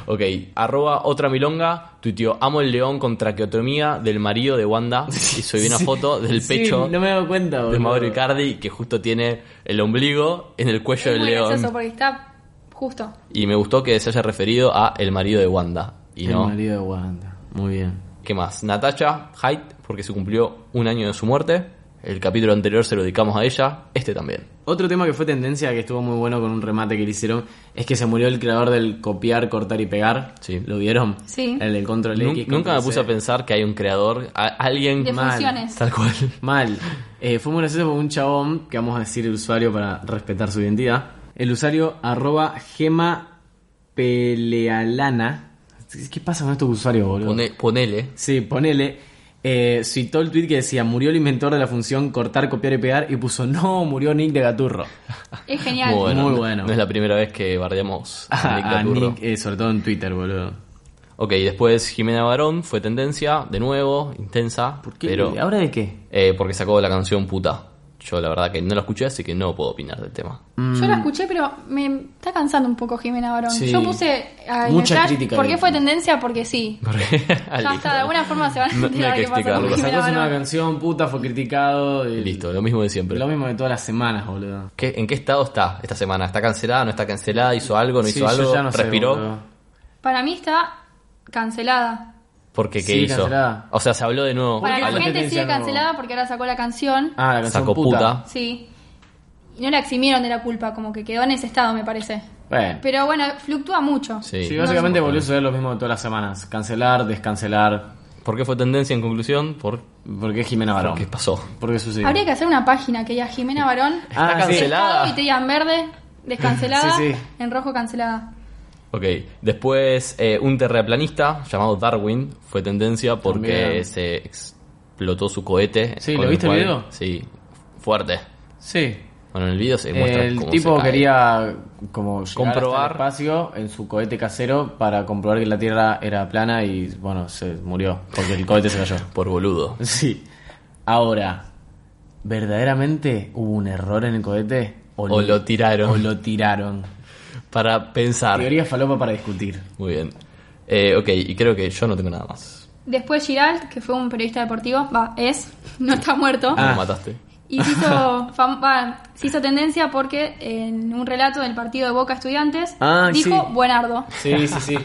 C: Ok, arroba otra milonga, tuiteó, amo el león con traqueotomía del marido de Wanda y subí una foto del
B: Sí,
C: pecho
B: no me he dado cuenta,
C: de
B: boludo.
C: Mauro Icardi que justo tiene el ombligo en el cuello
D: es
C: del
D: muy gracioso
C: león.
D: porque está justo.
C: Y me gustó que se haya referido a el marido de Wanda y
B: El
C: no...
B: marido de Wanda. Muy bien.
C: ¿Qué más? Natasha Haidt, porque se cumplió un año de su muerte. El capítulo anterior se lo dedicamos a ella, este también.
B: Otro tema que fue tendencia, que estuvo muy bueno con un remate que le hicieron, es que se murió el creador del copiar, cortar y pegar.
C: Sí.
B: ¿Lo vieron?
D: Sí.
B: El del control
C: Nun-
B: X.
C: nunca me
B: control
C: puse
B: C.
C: a pensar que hay un creador, a- alguien
D: De
C: mal,
D: funciones.
C: tal cual.
B: Mal. Eh, fue muy gracioso porque un chabón, que vamos a decir el usuario para respetar su identidad. El usuario arroba gema pelealana. ¿Qué pasa con estos usuarios, boludo?
C: Pone- ponele.
B: Sí, ponele. Eh, citó el tweet que decía, murió el inventor de la función cortar, copiar y pegar y puso, no, murió Nick de Gaturro.
D: Es genial.
B: Muy
C: no-
B: bueno.
C: No es la primera vez que bardeamos a Nick
B: A, a
C: Gaturro.
B: Nick, eh, sobre todo en Twitter, boludo.
C: Ok, después Jimena Barón fue tendencia, de nuevo, intensa.
B: ¿Por qué?
C: Pero,
B: ¿Ahora de qué?
C: eh, porque sacó la canción puta. Yo la verdad que no la escuché, así que no puedo opinar del tema.
B: Mm.
D: Yo la escuché, pero me está cansando un poco Jimena Barón.
B: Sí.
D: Yo puse eh, a
B: Mucha crítica
D: ¿Por qué
B: le-
D: fue tendencia? Porque sí.
C: Porque-
D: Ya está, de alguna forma se van a
C: No- no
D: enterar
C: hay que
D: qué pasa con
C: explicarlo.
D: Jimena
B: Sacó una
D: Barón.
B: canción, puta, fue criticado. eh,
C: Listo, lo mismo de siempre.
B: Lo mismo de todas las semanas, boludo.
C: ¿Qué- ¿En qué estado está esta semana? ¿Está cancelada? ¿No está cancelada? ¿Hizo algo? ¿No
B: Sí,
C: hizo
B: yo
C: algo?
B: ya no sé,
C: ¿Respiró?
B: boludo.
D: Para mí está cancelada.
C: Porque qué
B: Sí,
C: hizo?
B: cancelada.
C: O sea, se habló de nuevo.
D: Para
B: qué
D: la
B: la
D: gente
B: tendencia
D: sigue
B: no?
D: cancelada porque ahora sacó la canción.
B: Ah, la canción
C: Sacó
B: puta.
C: puta.
D: Sí. Y no la eximieron de la culpa, como que quedó en ese estado, me parece.
B: Bueno.
D: Pero bueno, fluctúa mucho.
C: Sí.
B: sí, básicamente
C: No sé.
B: volvió a suceder lo mismo de todas las semanas. Cancelar, descancelar.
C: ¿Por qué fue tendencia en conclusión? ¿Por,
B: ¿Por qué Jimena Barón?
C: por qué pasó?
B: ¿Por qué sucedió?
D: Habría que hacer una página que diga Jimena Barón, este
B: Ah,
C: está
B: sí.
C: cancelada.
D: estado y te digan verde, descancelada,
B: Sí, sí.
D: en rojo cancelada.
C: Ok, después eh, un terraplanista llamado Darwin fue tendencia porque
B: También.
C: se explotó su cohete.
B: Sí,
C: con
B: ¿lo viste el video?
C: Sí, fuerte.
B: Sí.
C: Bueno, en el video se muestra
B: El
C: cómo se
B: tipo
C: cae.
B: quería como llegar
C: Comprobar.
B: hasta el espacio en su cohete casero para comprobar que la Tierra era plana y bueno, se murió porque el cohete se cayó.
C: Por boludo.
B: Sí. Ahora, ¿verdaderamente hubo un error en el cohete?
C: O lo tiraron.
B: O lo tiraron. Ah.
C: Para pensar.
B: Teoría falopa para discutir.
C: Muy bien. Eh, ok, y creo que yo no tengo nada más.
D: Después Girald, que fue un periodista deportivo, va, es, no está muerto.
C: No
B: Ah.
C: lo mataste.
D: Y se hizo, fam- va, se hizo tendencia porque en un relato del partido de Boca Estudiantes
B: Ah,
D: dijo
B: sí.
D: Buenardo.
B: Sí, sí, sí.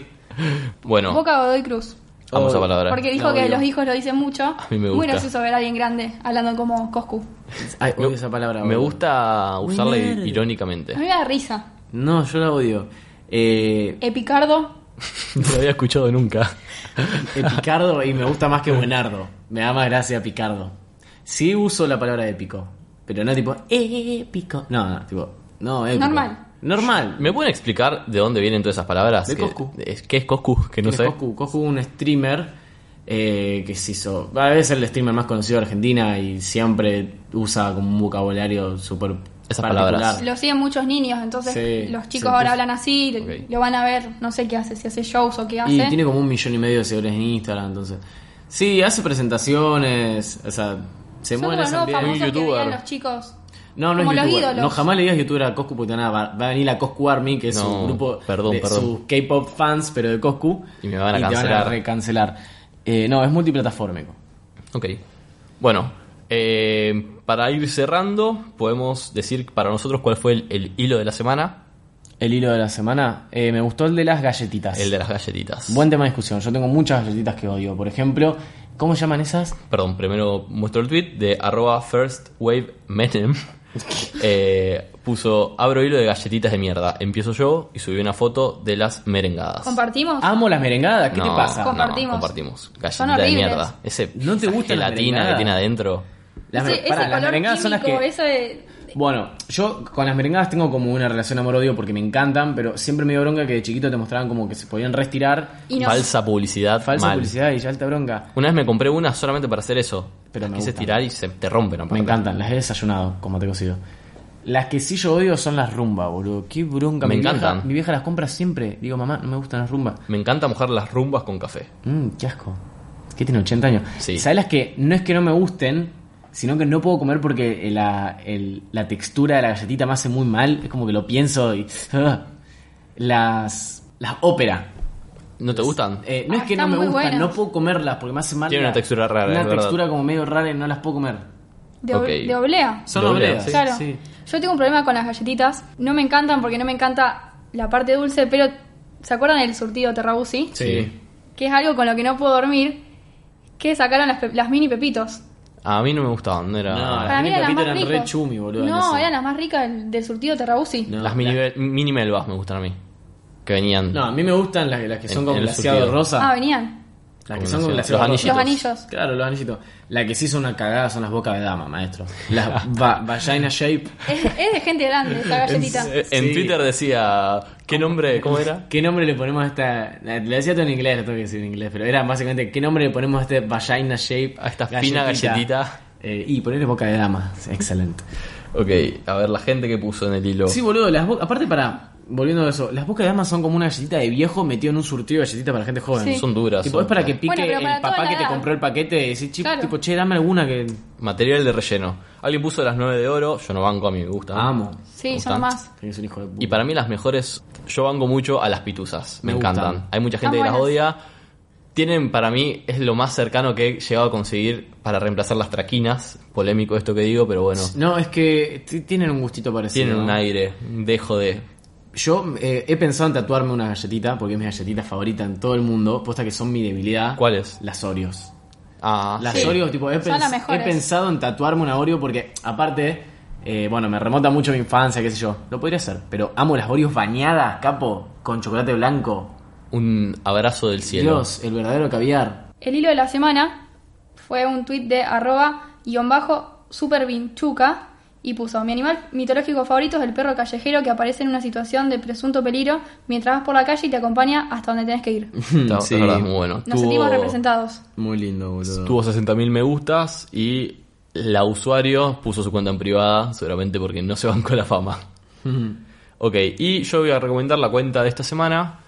C: Bueno,
D: Boca Godoy Cruz.
C: vamos a
B: Oh,
C: palabra.
D: Porque dijo
B: No,
D: que
B: digo.
D: los hijos lo dicen mucho.
C: mí me
D: Muy
C: gusta.
D: gracioso ver a alguien grande hablando como Coscu.
B: Ay,
C: Me-
B: odio esa palabra.
C: Me
B: boludo.
C: gusta usarla i-
B: Winner.
C: irónicamente.
D: A mí me da risa.
B: No, yo la odio. Eh,
D: Epicardo.
C: No lo había escuchado nunca.
B: eh, Picardo y me gusta más que Buenardo. Me da más gracia Picardo. Sí uso la palabra épico, pero no tipo "Eh, épico. No, no, tipo, no, épico.
D: Normal.
B: Normal.
C: ¿Me pueden explicar de dónde vienen todas esas palabras?
B: De
C: Que-
B: Coscu.
C: es- ¿Qué es Coscu? Que no
B: Es
C: sé.
B: Coscu. Coscu, un streamer eh, que se hizo. Va a ser el streamer más conocido de Argentina y siempre usa como un vocabulario súper.
C: Esas
B: particular.
C: palabras.
D: Lo siguen muchos niños, entonces
B: Ah. Sí,
D: los
B: sí,
D: chicos ahora
B: pues-
D: hablan así, lo-
C: Ok.
D: lo van a ver, no sé qué hace, si hace shows o qué hace.
B: Y tiene como un millón y medio de seguidores en Instagram, entonces. Sí, hace presentaciones, o sea, se
D: Son
B: mueve en ese
D: como los nuevos
B: ambiente.
D: famosos que
C: youtuber.
D: veían los chicos.
B: No, no
D: como
B: es
D: los
B: youtuber.
D: ídolos.
B: No, jamás le digas youtuber a Coscu porque te van a, va a venir la Coscu Army, que es
C: No,
B: su grupo
C: perdón,
B: de
C: perdón.
B: sus K-pop fans, pero de Coscu.
C: Y me van a
B: te
C: cancelar.
B: recancelar. Eh, no, es multiplataformico.
C: Ok. Bueno, eh, para ir cerrando, podemos decir para nosotros cuál fue el, el hilo de la semana,
B: El hilo de la semana. eh, me gustó el de las galletitas.
C: el de las galletitas.
B: Buen tema de discusión. Yo tengo muchas galletitas que odio. Por ejemplo, ¿cómo llaman esas?
C: Perdón, primero muestro el tweet de arroba first wave menem. Eh, puso, abro hilo de galletitas de mierda, empiezo yo y subí una foto de las
B: Ah,
C: merengadas.
D: ¿Compartimos?
B: Amo las merengadas. ¿Qué
C: No,
B: te pasa?
C: no,
D: Compartimos.
C: compartimos.
D: Son
C: Galletita de
D: horribles.
C: mierda. Ese,
B: ¿No te
C: esa
B: gustan las
C: gelatina que
B: merengadas?
C: tiene adentro.
B: Las
D: ese
B: mer-
D: ese
B: pará, las
D: color químico,
B: merengadas son las que-
D: eso de...
B: Bueno, yo con las merengadas tengo como una relación amor-odio porque me encantan, pero siempre me dio bronca que de chiquito te mostraban como que se podían restirar.
D: Y no,
C: Falsa publicidad.
B: Falsa
C: mal.
B: publicidad y ya alta bronca.
C: Una vez me compré una solamente para hacer eso.
B: Pero
C: Las
B: me
C: quise
B: gustan.
C: tirar y se te rompen. aparte.
B: Me encantan, las he desayunado, como te he cocido. Las que sí yo odio son las rumba, boludo. Qué bronca.
C: Me
B: mi vieja-
C: encantan.
B: mi vieja las compra siempre. Digo, mamá, no me gustan las rumba.
C: Me encanta mojar las rumbas con café.
B: Mmm, qué asco. Que tiene 80 años.
C: Sí.
B: ¿Sabes las que no es que no me gusten, sino que no puedo comer porque la, el- la textura de la galletita me hace muy mal? Es como que lo pienso y. ah. Las. Las ópera.
C: ¿No te gustan?
B: Eh, no
D: Ah,
B: es que no
D: están
B: me
D: muy
B: gustan,
D: buenas.
B: no puedo comerlas porque me hace mal.
C: Tiene
B: la-
C: una textura rara,
B: Una
C: es verdad.
B: textura como medio rara y no las puedo comer.
D: de, ob-
C: Ok.
D: de oblea.
B: Son
C: Doble,
B: obleas.
C: sí,
D: claro.
B: sí.
D: Yo tengo un problema con las galletitas. No me encantan porque no me encanta la parte dulce, pero ¿se acuerdan del surtido Terrabusi?
B: Sí.
D: Que es algo con lo que no puedo dormir. Que sacaron las, pe- las mini pepitos.
C: A mí no me gustaban, no era.
B: No, Las
D: Para mí
B: mini
D: eran las
B: papitas
D: más
B: eran
D: ricas.
B: re chumi, boludo,
D: No,
B: no sé.
D: eran las más ricas del, del surtido Terrabuzzi.
B: No,
C: las mini, mini melvas me gustan a mí. Que venían.
B: No, a mí me gustan las, las que son
C: En-
B: con
C: en el
B: glaseado
C: surtido.
B: rosa.
D: Ah, venían.
B: las que
C: Con
B: son con
C: glaseado.
B: glaseado
C: Los
B: rosa.
D: Los anillos.
B: Claro, los anillitos. La que sí son una cagada son las bocas de dama, maestro. Las va- vagina shape.
D: Es, es de gente grande esa galletita.
C: En, Eh, en
B: Sí.
C: Twitter decía. ¿Qué nombre? ¿Cómo era?
B: ¿Qué nombre le ponemos a esta.? Le decía todo en inglés, lo tengo que decir en inglés, pero era básicamente. ¿Qué nombre le ponemos a este vagina shape?
C: A esta fina galletita.
B: Eh, y ponerle boca de dama. Sí, Excelente.
C: Ok, a ver la gente que puso en el hilo.
B: Sí, boludo, las bo- Aparte, para. Volviendo a eso, las bocas de dama son como una galletita de viejo metido en un surtido de galletitas para gente joven.
D: Sí.
C: Son duras.
B: Tipo,
C: son-
B: es para que pique
D: Bueno, pero para
B: el
D: toda
B: papá
D: la
B: que te
D: edad.
B: compró el paquete y decir,
D: Claro.
B: tipo, che, dame alguna que.
C: Material de relleno. Alguien puso las 9 de oro. Yo no banco, a mí me gusta.
B: Amo.
D: Sí,
C: gustan?
D: son más.
B: Que Es un hijo de puta.
C: Y para mí las mejores, yo banco mucho a las pituzas, me,
B: Me
C: encantan.
B: gustan.
C: Hay mucha gente
D: Están
C: que las
D: buenas.
C: odia. Tienen, para mí, es lo más cercano que he llegado a conseguir para reemplazar las traquinas. Polémico esto que digo, pero bueno.
B: No, es que t- tienen un gustito parecido.
C: Tienen un
B: ¿no?
C: aire, un dejo de...
B: Yo eh, he pensado en tatuarme una galletita, porque es mi galletita favorita en todo el mundo, posta que son mi debilidad.
C: ¿Cuáles?
B: Las Oreos.
C: Ah,
B: Las
C: sí.
B: Oreos, tipo, he,
D: Son
B: pens-
D: las mejores.
B: he pensado en tatuarme una Oreo porque, aparte, eh, bueno, me remonta mucho a mi infancia, qué sé yo. Lo podría hacer, pero amo las Oreos bañadas, capo, con chocolate blanco.
C: Un abrazo del cielo.
B: Dios, el verdadero caviar.
D: El hilo de la semana fue un tuit de arroba guión bajo supervinchuca y puso mi animal mitológico favorito es el perro callejero que aparece en una situación de presunto peligro mientras vas por la calle y te acompaña hasta donde tenés que ir. Nos
C: Está,
B: Sí.
C: la verdad es muy bueno.
D: sentimos representados.
B: Muy lindo, boludo.
C: Tuvo 60.000 me gustas y la usuario puso su cuenta en privada, seguramente porque no se bancó la fama. ok, y yo voy a recomendar la cuenta de esta semana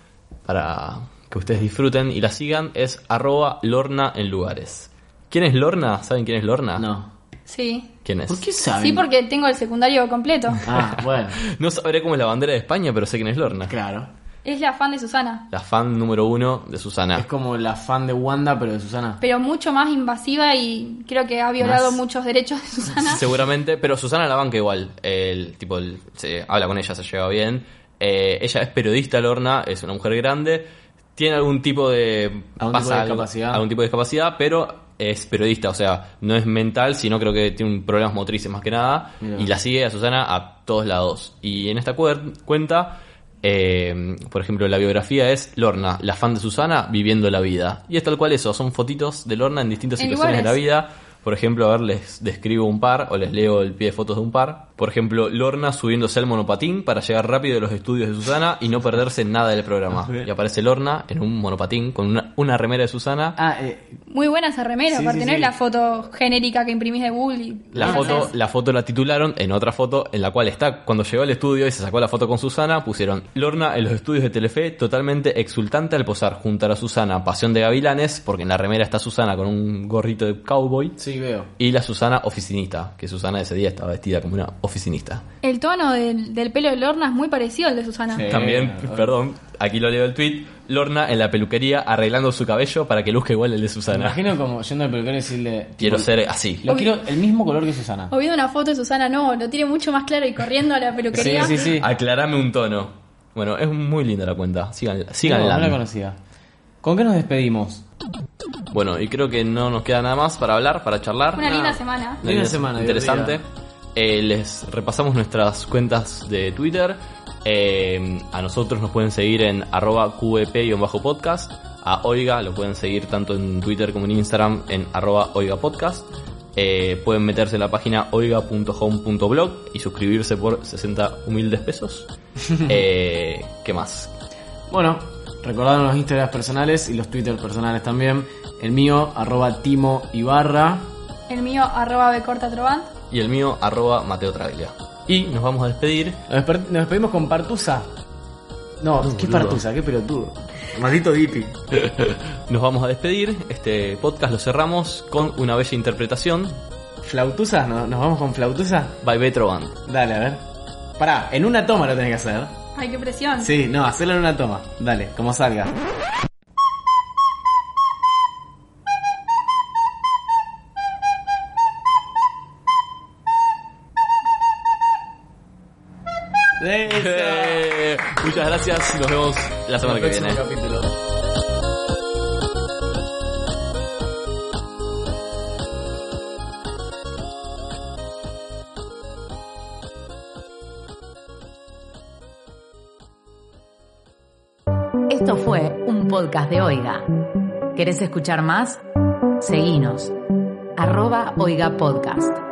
C: para que ustedes disfruten y la sigan. Es arroba Lorna en lugares. ¿Quién es Lorna? ¿Saben quién es Lorna?
B: No.
D: Sí.
C: ¿Quién es?
B: ¿Por qué saben?
D: Sí, porque tengo el secundario completo.
B: Ah, bueno,
C: No sabré cómo es la bandera de España, pero sé quién es Lorna.
B: claro.
D: Es la fan de Susana,
C: La fan número uno de Susana.
B: Es como la fan de Wanda, pero de Susana.
D: pero mucho más invasiva y creo que ha violado
B: Más.
D: muchos derechos de Susana.
C: Seguramente, pero Susana la banca igual. El tipo el- se habla con ella, se lleva bien. Eh, ella es periodista, Lorna, es una mujer grande, tiene algún tipo de
B: Algún
C: pasa
B: tipo de
C: algo-
B: discapacidad.
C: algún tipo de discapacidad, pero es periodista, o sea, no es mental, sino creo que tiene un- problemas motrices más que nada.
B: Mirá.
C: Y la sigue a Susana a todos lados. Y en esta cuer- cuenta, eh, por ejemplo, la biografía es Lorna, la fan de Susana, viviendo la vida. Y es tal cual eso, son fotitos de Lorna en distintas
D: En
C: situaciones de la
D: lugares.
C: vida vida. Por ejemplo, a ver, les describo un par o les leo el pie de fotos de un par. Por ejemplo, Lorna subiéndose al monopatín para llegar rápido de los estudios de Susana y no perderse nada del programa. Y aparece Lorna en un monopatín con una, una remera de Susana.
B: Ah, eh,
D: Muy buena esa remera,
B: Sí,
D: para
B: sí,
D: tener
B: sí.
D: la foto genérica que imprimís de Google. y-
C: La
D: Ah,
C: foto,
D: sí.
C: la foto la titularon en otra foto en la cual está cuando llegó al estudio y se sacó la foto con Susana, pusieron Lorna en los estudios de Telefe totalmente exultante al posar junto a la Susana Pasión de Gavilanes, porque en la remera está Susana con un gorrito de cowboy.
B: sí, veo.
C: Y la Susana oficinista, que Susana ese día estaba vestida como una oficinista.
D: El tono del, del pelo de Lorna es muy parecido al de Susana.
B: Sí.
C: También,
B: Eh,
C: perdón, aquí lo leo el tweet, Lorna en la peluquería arreglando su cabello para que luzca igual el de
B: Me
C: Susana.
B: imagino como yendo al peluquero y decirle. tipo,
C: Quiero ser así.
B: Lo quiero el mismo color que Susana.
D: O viendo una foto de Susana, no, lo tiene mucho más claro y corriendo a la peluquería.
B: Sí, sí, sí.
C: Aclarame un tono. Bueno, es muy linda la cuenta. Sigan,
B: No, no la
C: síganla.
B: conocía. ¿Con qué nos despedimos?
C: Bueno, y creo que no nos queda nada más para hablar, para charlar.
D: Una linda semana.
B: Linda semana,
C: Interesante.
B: divertida.
C: Eh, les repasamos nuestras cuentas de Twitter. Eh, a nosotros nos pueden seguir en arroba qep-podcast. A Oiga lo pueden seguir tanto en Twitter como en Instagram en arroba oigapodcast. Eh, pueden meterse en la página oiga.home.blog y suscribirse por 60 humildes pesos. Eh, ¿Qué más?
B: Bueno, recordaron los Instagrams personales y los Twitter personales también. El mío, arroba Timo Ibarra.
D: El mío, arroba becortatrovant.
C: Y el mío, arroba Mateo Traglia. Y nos vamos a despedir
B: Nos, desper- nos despedimos con Partusa. No, qué
C: boludo.
B: Partusa, qué pelotudo. Maldito Dipi.
C: Nos vamos a despedir. Este podcast lo cerramos con una bella interpretación
B: ¿Flautusa? ¿No- ¿Nos vamos con Flautusa?
C: by Betro Band.
B: Dale, a ver. Pará, en una toma lo tenés que hacer.
D: Ay, qué presión.
B: Sí, no, hacerlo en una toma. Dale, como salga. Eso.
C: Eh, Muchas gracias y nos vemos la semana que viene.
A: Esto fue un podcast de Oiga. ¿Querés escuchar más? Seguinos. Arroba Oiga Podcast.